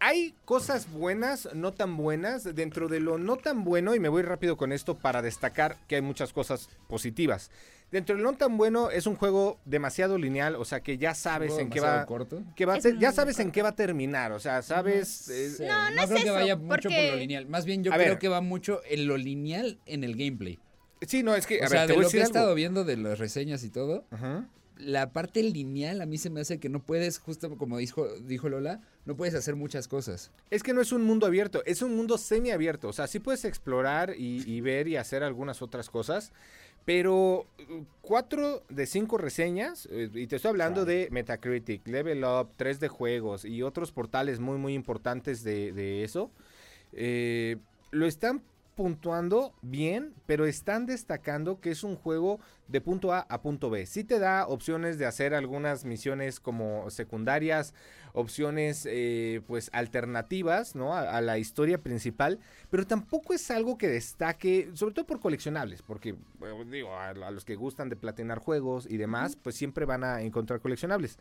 [SPEAKER 7] Hay cosas buenas, no tan buenas, dentro de lo no tan bueno, y me voy rápido con esto para destacar que hay muchas cosas positivas. Dentro de lo no tan bueno es un juego demasiado lineal, o sea que ya sabes
[SPEAKER 5] Juego
[SPEAKER 7] en qué
[SPEAKER 5] demasiado
[SPEAKER 7] va,
[SPEAKER 5] corto.
[SPEAKER 7] que va a
[SPEAKER 6] Es
[SPEAKER 7] ter- ya
[SPEAKER 6] muy
[SPEAKER 7] sabes en qué va a terminar, o sea, sabes... eh,
[SPEAKER 5] Sí,
[SPEAKER 6] No, no es
[SPEAKER 5] creo que
[SPEAKER 6] eso,
[SPEAKER 5] vaya mucho por
[SPEAKER 6] porque-
[SPEAKER 5] lo lineal. Más bien yo
[SPEAKER 7] A
[SPEAKER 5] creo
[SPEAKER 7] ver.
[SPEAKER 5] que va mucho en lo lineal en el gameplay.
[SPEAKER 7] sí, no, es que...
[SPEAKER 5] O
[SPEAKER 7] a ver,
[SPEAKER 5] sea,
[SPEAKER 7] te
[SPEAKER 5] de
[SPEAKER 7] voy a
[SPEAKER 5] lo que
[SPEAKER 7] decir
[SPEAKER 5] he
[SPEAKER 7] algo.
[SPEAKER 5] estado viendo de las reseñas y todo,
[SPEAKER 7] Ajá.
[SPEAKER 5] la parte lineal a mí se me hace que no puedes, justo como dijo, dijo Lola, no puedes hacer muchas cosas.
[SPEAKER 7] Es que no es un mundo abierto, es un mundo semiabierto. O sea, sí puedes explorar y, y ver y hacer algunas otras cosas. Pero eh, cuatro de cinco reseñas, eh, y te estoy hablando de Metacritic, Level Up, 3 de juegos y otros portales muy, muy importantes de, de eso, eh, lo están puntuando bien, pero están destacando que es un juego de punto A a punto B. Sí te da opciones de hacer algunas misiones como secundarias, opciones eh, pues alternativas ¿no? a, a la historia principal, pero tampoco es algo que destaque, sobre todo por coleccionables, porque bueno, digo, a, a los que gustan de platinar juegos y demás, pues siempre van a encontrar coleccionables.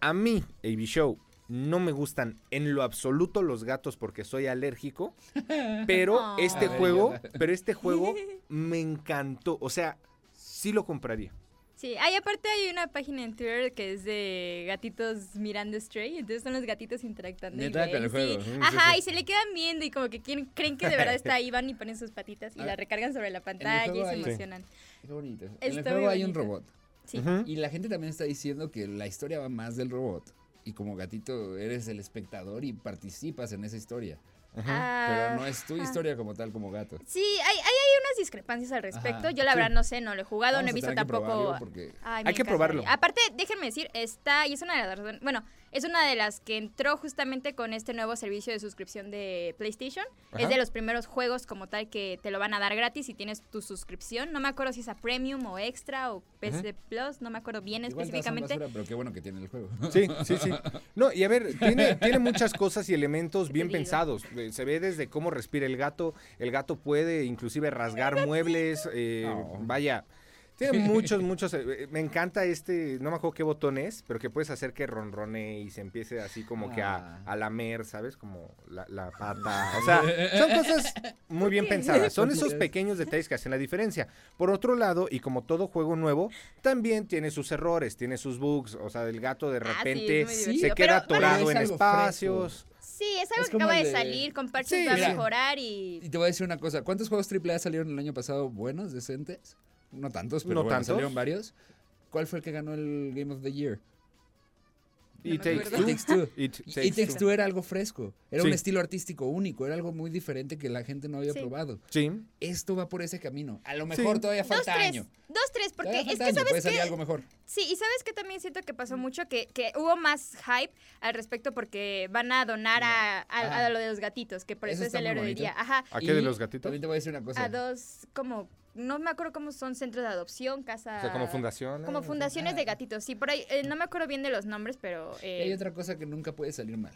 [SPEAKER 7] A mí, AB Show, no me gustan en lo absoluto los gatos porque soy alérgico, pero
[SPEAKER 6] Oh.
[SPEAKER 7] este
[SPEAKER 5] A ver,
[SPEAKER 7] juego,
[SPEAKER 5] Yoda.
[SPEAKER 7] pero este juego me encantó, o sea, sí lo compraría.
[SPEAKER 6] Sí, hay aparte hay una página en Twitter que es de gatitos mirando Stray, entonces son los gatitos interactando. y
[SPEAKER 5] Neta,
[SPEAKER 6] ven,
[SPEAKER 5] con el
[SPEAKER 6] sí.
[SPEAKER 5] juego. Mm,
[SPEAKER 6] Ajá, y se le quedan viendo y como que quieren- creen que de verdad está ahí, van y ponen sus patitas y
[SPEAKER 5] Ah,
[SPEAKER 6] la recargan sobre la pantalla y
[SPEAKER 5] juego
[SPEAKER 6] se
[SPEAKER 5] hay- Sí.
[SPEAKER 6] emocionan.
[SPEAKER 5] Qué bonito. en el
[SPEAKER 6] Está
[SPEAKER 5] juego
[SPEAKER 6] muy
[SPEAKER 5] hay un
[SPEAKER 6] bonito.
[SPEAKER 5] robot.
[SPEAKER 6] Sí.
[SPEAKER 5] Y la gente también está diciendo que la historia va más del robot. Y como gatito eres el espectador y participas en esa historia.
[SPEAKER 6] Ah,
[SPEAKER 5] Pero no es tu historia como tal, como gato.
[SPEAKER 6] Sí, hay, hay, hay unas discrepancias al respecto.
[SPEAKER 5] Ajá,
[SPEAKER 6] Yo la verdad no sé, no lo he jugado,
[SPEAKER 5] Vamos
[SPEAKER 6] no
[SPEAKER 5] a
[SPEAKER 6] Ah, he visto
[SPEAKER 5] tener que
[SPEAKER 6] tampoco.
[SPEAKER 5] probarlo porque-
[SPEAKER 6] Ay, me
[SPEAKER 7] Hay que
[SPEAKER 6] encantaría.
[SPEAKER 7] probarlo.
[SPEAKER 6] Aparte, déjenme decir, está, y es una de las razones, bueno, es una de las que entró justamente con este nuevo servicio de suscripción de PlayStation. Es de los primeros juegos como tal que te lo van a dar gratis si tienes tu suscripción. No me acuerdo si es a Premium o Extra o PC Plus, no me acuerdo bien
[SPEAKER 5] Igual te hacen
[SPEAKER 6] específicamente.
[SPEAKER 5] basura, pero qué bueno que tiene el juego.
[SPEAKER 7] Sí, sí, sí. No, y a ver, tiene, tiene muchas cosas y elementos
[SPEAKER 6] te
[SPEAKER 7] bien
[SPEAKER 6] digo?
[SPEAKER 7] pensados. Eh, Se ve desde cómo respira el gato. El gato puede inclusive rasgar muebles. eh,
[SPEAKER 5] No.
[SPEAKER 7] Vaya. Tiene muchos, muchos. eh, eh, Me encanta este, no me acuerdo qué botón es, pero que puedes hacer que ronrone y se empiece así como que a,
[SPEAKER 5] Ah.
[SPEAKER 7] a lamer, ¿sabes? Como la, la pata. O sea, son cosas muy bien pensadas. Son esos pequeños detalles que hacen la diferencia. Por otro lado, y como todo juego nuevo, también tiene sus errores, tiene sus bugs. O sea, el gato de
[SPEAKER 6] Ah, sí,
[SPEAKER 7] repente
[SPEAKER 6] es muy
[SPEAKER 7] se
[SPEAKER 6] divertido,
[SPEAKER 7] queda
[SPEAKER 6] pero- pero
[SPEAKER 7] atorado
[SPEAKER 5] es
[SPEAKER 7] en
[SPEAKER 5] algo
[SPEAKER 7] espacios.
[SPEAKER 6] Sí, es algo
[SPEAKER 5] Es
[SPEAKER 6] que
[SPEAKER 5] como
[SPEAKER 6] acaba
[SPEAKER 5] el
[SPEAKER 6] de
[SPEAKER 5] de-
[SPEAKER 6] salir, con parches
[SPEAKER 7] Sí,
[SPEAKER 6] va
[SPEAKER 5] mira.
[SPEAKER 6] a mejorar
[SPEAKER 5] Y
[SPEAKER 6] y...
[SPEAKER 5] te voy a decir una cosa. ¿Cuántos juegos AAA salieron el año pasado buenos, decentes? No tantos, pero
[SPEAKER 7] No
[SPEAKER 5] bueno,
[SPEAKER 7] tantos.
[SPEAKER 5] salieron varios. ¿Cuál fue el que ganó el Game of the Year?
[SPEAKER 6] No
[SPEAKER 7] Y
[SPEAKER 6] me
[SPEAKER 7] takes
[SPEAKER 6] acuerdo.
[SPEAKER 7] two.
[SPEAKER 5] It Takes Two.
[SPEAKER 7] It
[SPEAKER 5] Y
[SPEAKER 7] Takes
[SPEAKER 5] It Takes
[SPEAKER 7] Two.
[SPEAKER 5] Two era algo fresco. Era un
[SPEAKER 7] Sí.
[SPEAKER 5] estilo artístico único. Era algo muy diferente que la gente no había
[SPEAKER 6] Sí.
[SPEAKER 5] probado.
[SPEAKER 7] Sí.
[SPEAKER 5] Esto va por ese camino. A lo mejor todavía
[SPEAKER 6] Dos,
[SPEAKER 5] falta
[SPEAKER 6] tres,
[SPEAKER 5] año.
[SPEAKER 6] dos, tres, porque
[SPEAKER 5] Todavía
[SPEAKER 6] es
[SPEAKER 5] falta
[SPEAKER 6] que
[SPEAKER 5] año, puede
[SPEAKER 6] sabes
[SPEAKER 5] salir
[SPEAKER 6] que
[SPEAKER 5] algo mejor.
[SPEAKER 6] Sí, y sabes que también siento que pasó mucho que, que hubo más hype al respecto porque van a donar a, a- a
[SPEAKER 5] Ajá.
[SPEAKER 6] lo de los gatitos, que por
[SPEAKER 5] Eso
[SPEAKER 6] eso, es
[SPEAKER 5] está
[SPEAKER 6] el
[SPEAKER 5] muy
[SPEAKER 6] héroe del
[SPEAKER 5] bonito.
[SPEAKER 6] día. Ajá.
[SPEAKER 7] ¿A
[SPEAKER 5] Y
[SPEAKER 7] qué de los gatitos?
[SPEAKER 5] También te voy a decir una cosa.
[SPEAKER 6] A dos, como, no me acuerdo cómo son centros de adopción, casa.
[SPEAKER 7] O sea, como fundaciones.
[SPEAKER 6] Como fundaciones
[SPEAKER 5] Ah.
[SPEAKER 6] de gatitos, sí, por ahí, eh, no me acuerdo bien de los nombres, pero...
[SPEAKER 5] Y
[SPEAKER 6] eh,
[SPEAKER 5] hay otra cosa que nunca puede salir mal.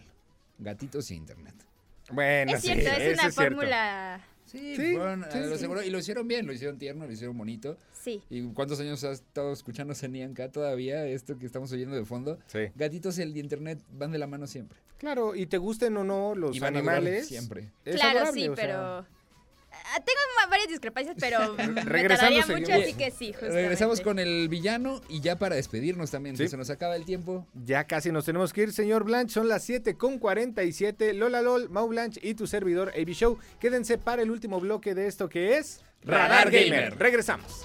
[SPEAKER 5] Gatitos y internet.
[SPEAKER 7] Bueno,
[SPEAKER 6] es
[SPEAKER 7] sí,
[SPEAKER 6] cierto,
[SPEAKER 7] eso
[SPEAKER 6] es una
[SPEAKER 7] cierto.
[SPEAKER 6] fórmula...
[SPEAKER 5] Sí,
[SPEAKER 7] Sí,
[SPEAKER 5] fueron a
[SPEAKER 7] sí,
[SPEAKER 5] lo
[SPEAKER 7] sí.
[SPEAKER 5] seguro. Y lo hicieron bien, lo hicieron tierno, lo hicieron bonito.
[SPEAKER 6] Sí.
[SPEAKER 5] ¿Y cuántos años has estado escuchando Senianca todavía? Esto que estamos oyendo de fondo.
[SPEAKER 7] Sí.
[SPEAKER 5] Gatitos y el internet van de la mano siempre.
[SPEAKER 7] Claro, y te gusten o no los
[SPEAKER 5] Y van a durar
[SPEAKER 7] animales.
[SPEAKER 5] siempre.
[SPEAKER 7] es
[SPEAKER 6] claro,
[SPEAKER 7] adorable,
[SPEAKER 6] sí,
[SPEAKER 7] o sea.
[SPEAKER 6] pero... Ah, Tengo ma- varias discrepancias, pero me
[SPEAKER 7] Regresando,
[SPEAKER 6] tardaría
[SPEAKER 7] seguimos.
[SPEAKER 6] mucho, así que sí, justamente.
[SPEAKER 5] Regresamos con el villano y ya para despedirnos también, que
[SPEAKER 7] Sí.
[SPEAKER 5] se nos acaba el tiempo.
[SPEAKER 7] Ya casi nos tenemos que ir, señor Blanche. Son las 7 con 47. Lola LOL, Mau Blanche y tu servidor AB Show. Quédense para el último bloque de esto que es
[SPEAKER 5] Radar Gamer.
[SPEAKER 7] Regresamos.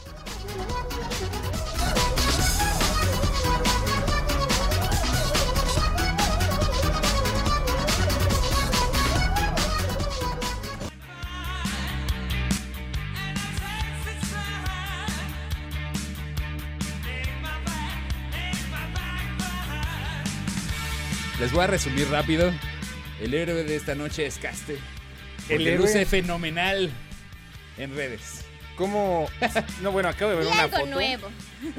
[SPEAKER 5] Les voy a resumir rápido. El héroe de esta noche es Caste.
[SPEAKER 7] El
[SPEAKER 5] El
[SPEAKER 7] héroe.
[SPEAKER 5] luce fenomenal en redes.
[SPEAKER 7] ¿Cómo? No, bueno, acabo de ver
[SPEAKER 6] Y
[SPEAKER 7] una
[SPEAKER 6] algo
[SPEAKER 7] foto.
[SPEAKER 6] nuevo.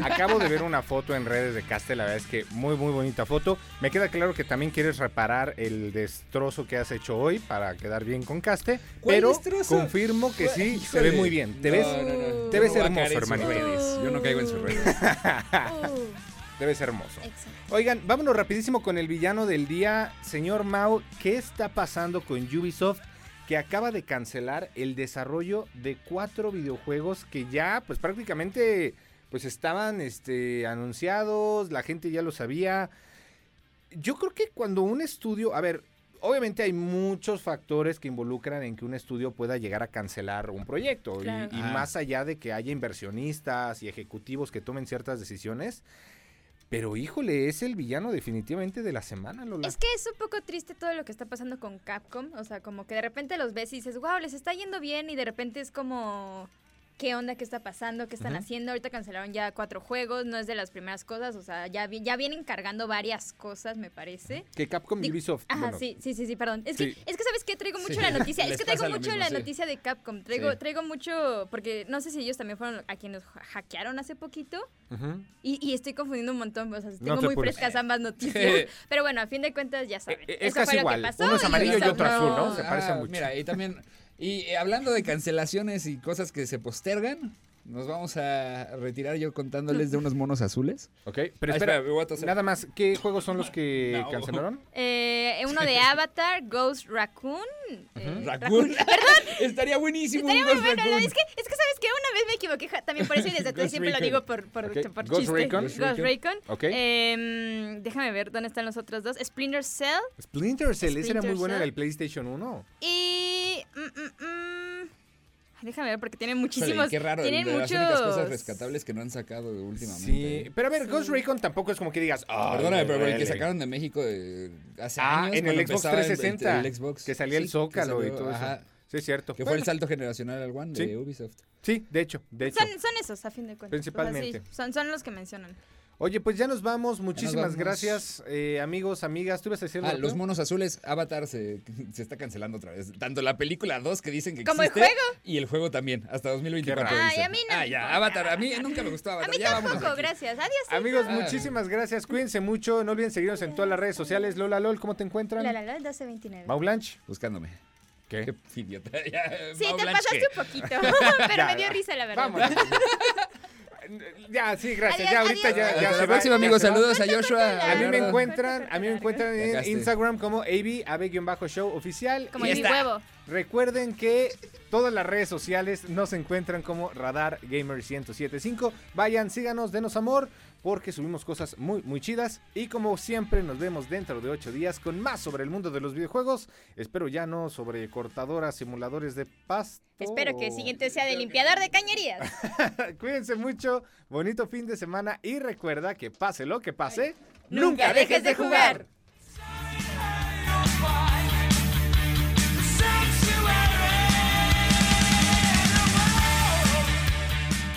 [SPEAKER 7] Acabo de ver una foto en redes de Castel, la verdad es que muy, muy bonita foto. Me queda claro que también quieres reparar el destrozo que has hecho hoy para quedar bien con Caste,
[SPEAKER 5] ¿Cuál
[SPEAKER 7] pero
[SPEAKER 5] destrozo?
[SPEAKER 7] confirmo que sí,
[SPEAKER 5] Híjole.
[SPEAKER 7] se ve muy bien. Te
[SPEAKER 5] No,
[SPEAKER 7] ves,
[SPEAKER 5] no, no.
[SPEAKER 7] te ves
[SPEAKER 5] Yo no voy a
[SPEAKER 7] hermoso,
[SPEAKER 5] caer en sus
[SPEAKER 7] hermanito.
[SPEAKER 5] redes. Yo no caigo en sus redes.
[SPEAKER 6] Uh,
[SPEAKER 7] te ves hermoso.
[SPEAKER 6] exacto.
[SPEAKER 7] Oigan, vámonos rapidísimo con el villano del día. Señor Mao, ¿qué está pasando con Ubisoft? Que acaba de cancelar el desarrollo de cuatro videojuegos que ya, pues prácticamente, pues estaban este, anunciados, la gente ya lo sabía. Yo creo que cuando un estudio, a ver, obviamente hay muchos factores que involucran en que un estudio pueda llegar a cancelar un proyecto. y-
[SPEAKER 6] Claro.
[SPEAKER 7] Y,
[SPEAKER 5] Ah.
[SPEAKER 7] más allá de que haya inversionistas y ejecutivos que tomen ciertas decisiones. Pero híjole, es el villano definitivamente de la semana, Lola.
[SPEAKER 6] Es que es un poco triste todo lo que está pasando con Capcom. O sea, como que de repente los ves y dices, wow, les está yendo bien. Y de repente es como, ¿qué onda? ¿Qué está pasando? ¿Qué están haciendo? Ahorita cancelaron ya cuatro juegos. No es de las primeras cosas. O sea, ya, vi- ya vienen cargando varias cosas, me parece.
[SPEAKER 7] Que Capcom y
[SPEAKER 6] Di-
[SPEAKER 7] Ubisoft.
[SPEAKER 6] Ajá,
[SPEAKER 7] bueno,
[SPEAKER 6] sí, sí, sí, sí, perdón. Es,
[SPEAKER 7] Sí.
[SPEAKER 6] Que, es que, ¿sabes qué? Traigo mucho
[SPEAKER 5] Sí.
[SPEAKER 6] la noticia.
[SPEAKER 5] Les
[SPEAKER 6] es que traigo
[SPEAKER 5] pasa lo
[SPEAKER 6] mucho
[SPEAKER 5] mismo,
[SPEAKER 6] la
[SPEAKER 5] sí.
[SPEAKER 6] noticia de Capcom. Traigo,
[SPEAKER 5] Sí.
[SPEAKER 6] traigo mucho, porque no sé si ellos también fueron a quienes ha- hackearon hace poquito.
[SPEAKER 7] ujú.
[SPEAKER 6] Y, y estoy confundiendo un montón, o sea, tengo
[SPEAKER 7] te
[SPEAKER 6] muy
[SPEAKER 7] apures.
[SPEAKER 6] frescas ambas noticias. Pero bueno, a fin de cuentas ya saben.
[SPEAKER 7] Eh, eh, es
[SPEAKER 6] Eso fue
[SPEAKER 7] casi
[SPEAKER 6] lo que
[SPEAKER 7] igual.
[SPEAKER 6] pasó
[SPEAKER 7] Uno es
[SPEAKER 6] y
[SPEAKER 7] amarillo y
[SPEAKER 6] Ubisoft
[SPEAKER 7] otro azul, ¿no? Se
[SPEAKER 5] ah,
[SPEAKER 7] parece mucho.
[SPEAKER 5] Mira, y también. Y eh, hablando de cancelaciones y cosas que se postergan, nos vamos a retirar yo contándoles de unos monos azules.
[SPEAKER 7] Ok, pero espera,
[SPEAKER 5] Ah, espera, me voy a toser.
[SPEAKER 7] nada más, ¿qué juegos son los que
[SPEAKER 5] No.
[SPEAKER 7] cancelaron?
[SPEAKER 6] Eh, uno de Avatar, Ghost Raccoon. eh,
[SPEAKER 5] Raccoon. Estaría buenísimo
[SPEAKER 6] Estaría
[SPEAKER 5] un
[SPEAKER 6] muy
[SPEAKER 5] Ghost
[SPEAKER 6] bueno,
[SPEAKER 5] Raccoon.
[SPEAKER 6] es que, es que sabes que una vez me equivoqué ja- también por eso y desde entonces
[SPEAKER 7] Ghost
[SPEAKER 6] siempre lo
[SPEAKER 7] Recon.
[SPEAKER 6] digo por, por,
[SPEAKER 7] Ok,
[SPEAKER 6] por
[SPEAKER 7] Ghost
[SPEAKER 6] chiste.
[SPEAKER 7] Recon.
[SPEAKER 6] Ghost
[SPEAKER 5] Ghost
[SPEAKER 6] Recon.
[SPEAKER 7] Ok.
[SPEAKER 6] Em, déjame ver dónde están los otros dos. Splinter Cell
[SPEAKER 7] Splinter Cell, ese era muy
[SPEAKER 6] Splinter
[SPEAKER 7] bueno en
[SPEAKER 6] Cell.
[SPEAKER 7] el PlayStation 1.
[SPEAKER 6] y... mm, mm, mm. Ay, Déjame ver porque tienen muchísimos...
[SPEAKER 5] Híjole, qué raro.
[SPEAKER 6] tienen
[SPEAKER 5] de las
[SPEAKER 6] muchos...
[SPEAKER 5] únicas cosas rescatables que no han sacado últimamente.
[SPEAKER 7] Sí, pero a ver, Ghost Recon tampoco es como que digas, ah,
[SPEAKER 5] Perdóname,
[SPEAKER 7] me
[SPEAKER 5] pero el que
[SPEAKER 7] duele".
[SPEAKER 5] sacaron de México eh, hace
[SPEAKER 7] Ah,
[SPEAKER 5] años.
[SPEAKER 7] en
[SPEAKER 5] cuando
[SPEAKER 7] el Xbox
[SPEAKER 5] empezaba
[SPEAKER 7] 360.
[SPEAKER 5] el Xbox.
[SPEAKER 7] Que salía el
[SPEAKER 5] Sí, que
[SPEAKER 7] Zócalo y
[SPEAKER 5] salió,
[SPEAKER 7] todo
[SPEAKER 5] ajá,
[SPEAKER 7] eso. Sí, es cierto.
[SPEAKER 5] Que fue el
[SPEAKER 7] Bueno,
[SPEAKER 5] salto generacional al One
[SPEAKER 7] Sí.
[SPEAKER 5] de Ubisoft.
[SPEAKER 7] Sí, de hecho, de hecho.
[SPEAKER 6] Son, son esos, a fin de cuentas. O sea,
[SPEAKER 7] Principalmente.
[SPEAKER 6] sí, son, son los que mencionan.
[SPEAKER 7] Oye, pues ya nos vamos. Muchísimas
[SPEAKER 5] vamos.
[SPEAKER 7] gracias, eh, amigos, amigas. ¿Tú ibas a decir
[SPEAKER 5] Ah,
[SPEAKER 7] algo
[SPEAKER 5] los
[SPEAKER 7] rápido?
[SPEAKER 5] monos azules, Avatar se, se está cancelando otra vez. Tanto la película 2 que dicen que
[SPEAKER 6] Como el
[SPEAKER 5] existe.
[SPEAKER 6] juego.
[SPEAKER 5] Y el juego también, hasta 2024.
[SPEAKER 6] Ay,
[SPEAKER 5] dicen.
[SPEAKER 6] a mí no
[SPEAKER 5] Ah,
[SPEAKER 6] me
[SPEAKER 5] ya,
[SPEAKER 6] importa.
[SPEAKER 5] Avatar. A mí nunca me gustó
[SPEAKER 6] A
[SPEAKER 5] Avatar.
[SPEAKER 6] mí
[SPEAKER 5] ya vámonos de
[SPEAKER 6] tampoco,
[SPEAKER 5] aquí.
[SPEAKER 6] gracias. Adiós.
[SPEAKER 7] Amigos,
[SPEAKER 5] Ah.
[SPEAKER 7] muchísimas gracias. Cuídense mucho. No olviden seguirnos en todas las redes sociales. Lola Lol, ¿cómo te encuentran?
[SPEAKER 6] La la la 1229.
[SPEAKER 7] Mau Blanch.
[SPEAKER 5] Buscándome.
[SPEAKER 7] ¿Qué?
[SPEAKER 5] Qué idiota. Ya,
[SPEAKER 6] Sí,
[SPEAKER 5] Mau
[SPEAKER 6] te
[SPEAKER 5] Blanche.
[SPEAKER 6] pasaste un poquito, pero me dio risa la verdad.
[SPEAKER 7] Vamos. ya, sí, gracias.
[SPEAKER 6] Adiós,
[SPEAKER 7] ya, ahorita
[SPEAKER 6] adiós.
[SPEAKER 7] ya, ya
[SPEAKER 5] Hasta
[SPEAKER 7] se
[SPEAKER 5] la
[SPEAKER 7] va,
[SPEAKER 5] próxima,
[SPEAKER 7] ya
[SPEAKER 5] amigos.
[SPEAKER 7] se va.
[SPEAKER 5] Saludos a Joshua.
[SPEAKER 7] A mí me
[SPEAKER 5] Leonardo.
[SPEAKER 7] encuentran, a mí me encuentran en
[SPEAKER 5] Cagaste.
[SPEAKER 7] Instagram como AB, AB-show oficial.
[SPEAKER 6] Como
[SPEAKER 5] Ya
[SPEAKER 6] en mi
[SPEAKER 5] está.
[SPEAKER 6] huevo.
[SPEAKER 7] Recuerden que todas las redes sociales nos encuentran como Radar Gamer 1075. Vayan, síganos, denos amor, porque subimos cosas muy, muy chidas. Y como siempre, nos vemos dentro de 8 días con más sobre el mundo de los videojuegos. Espero ya no sobre cortadoras, simuladores de pasto.
[SPEAKER 6] Espero
[SPEAKER 5] Oh,
[SPEAKER 6] que el siguiente sea de limpiador de cañerías.
[SPEAKER 7] Cuídense mucho, bonito fin de semana y recuerda que pase lo que pase,
[SPEAKER 6] Nunca dejes de jugar.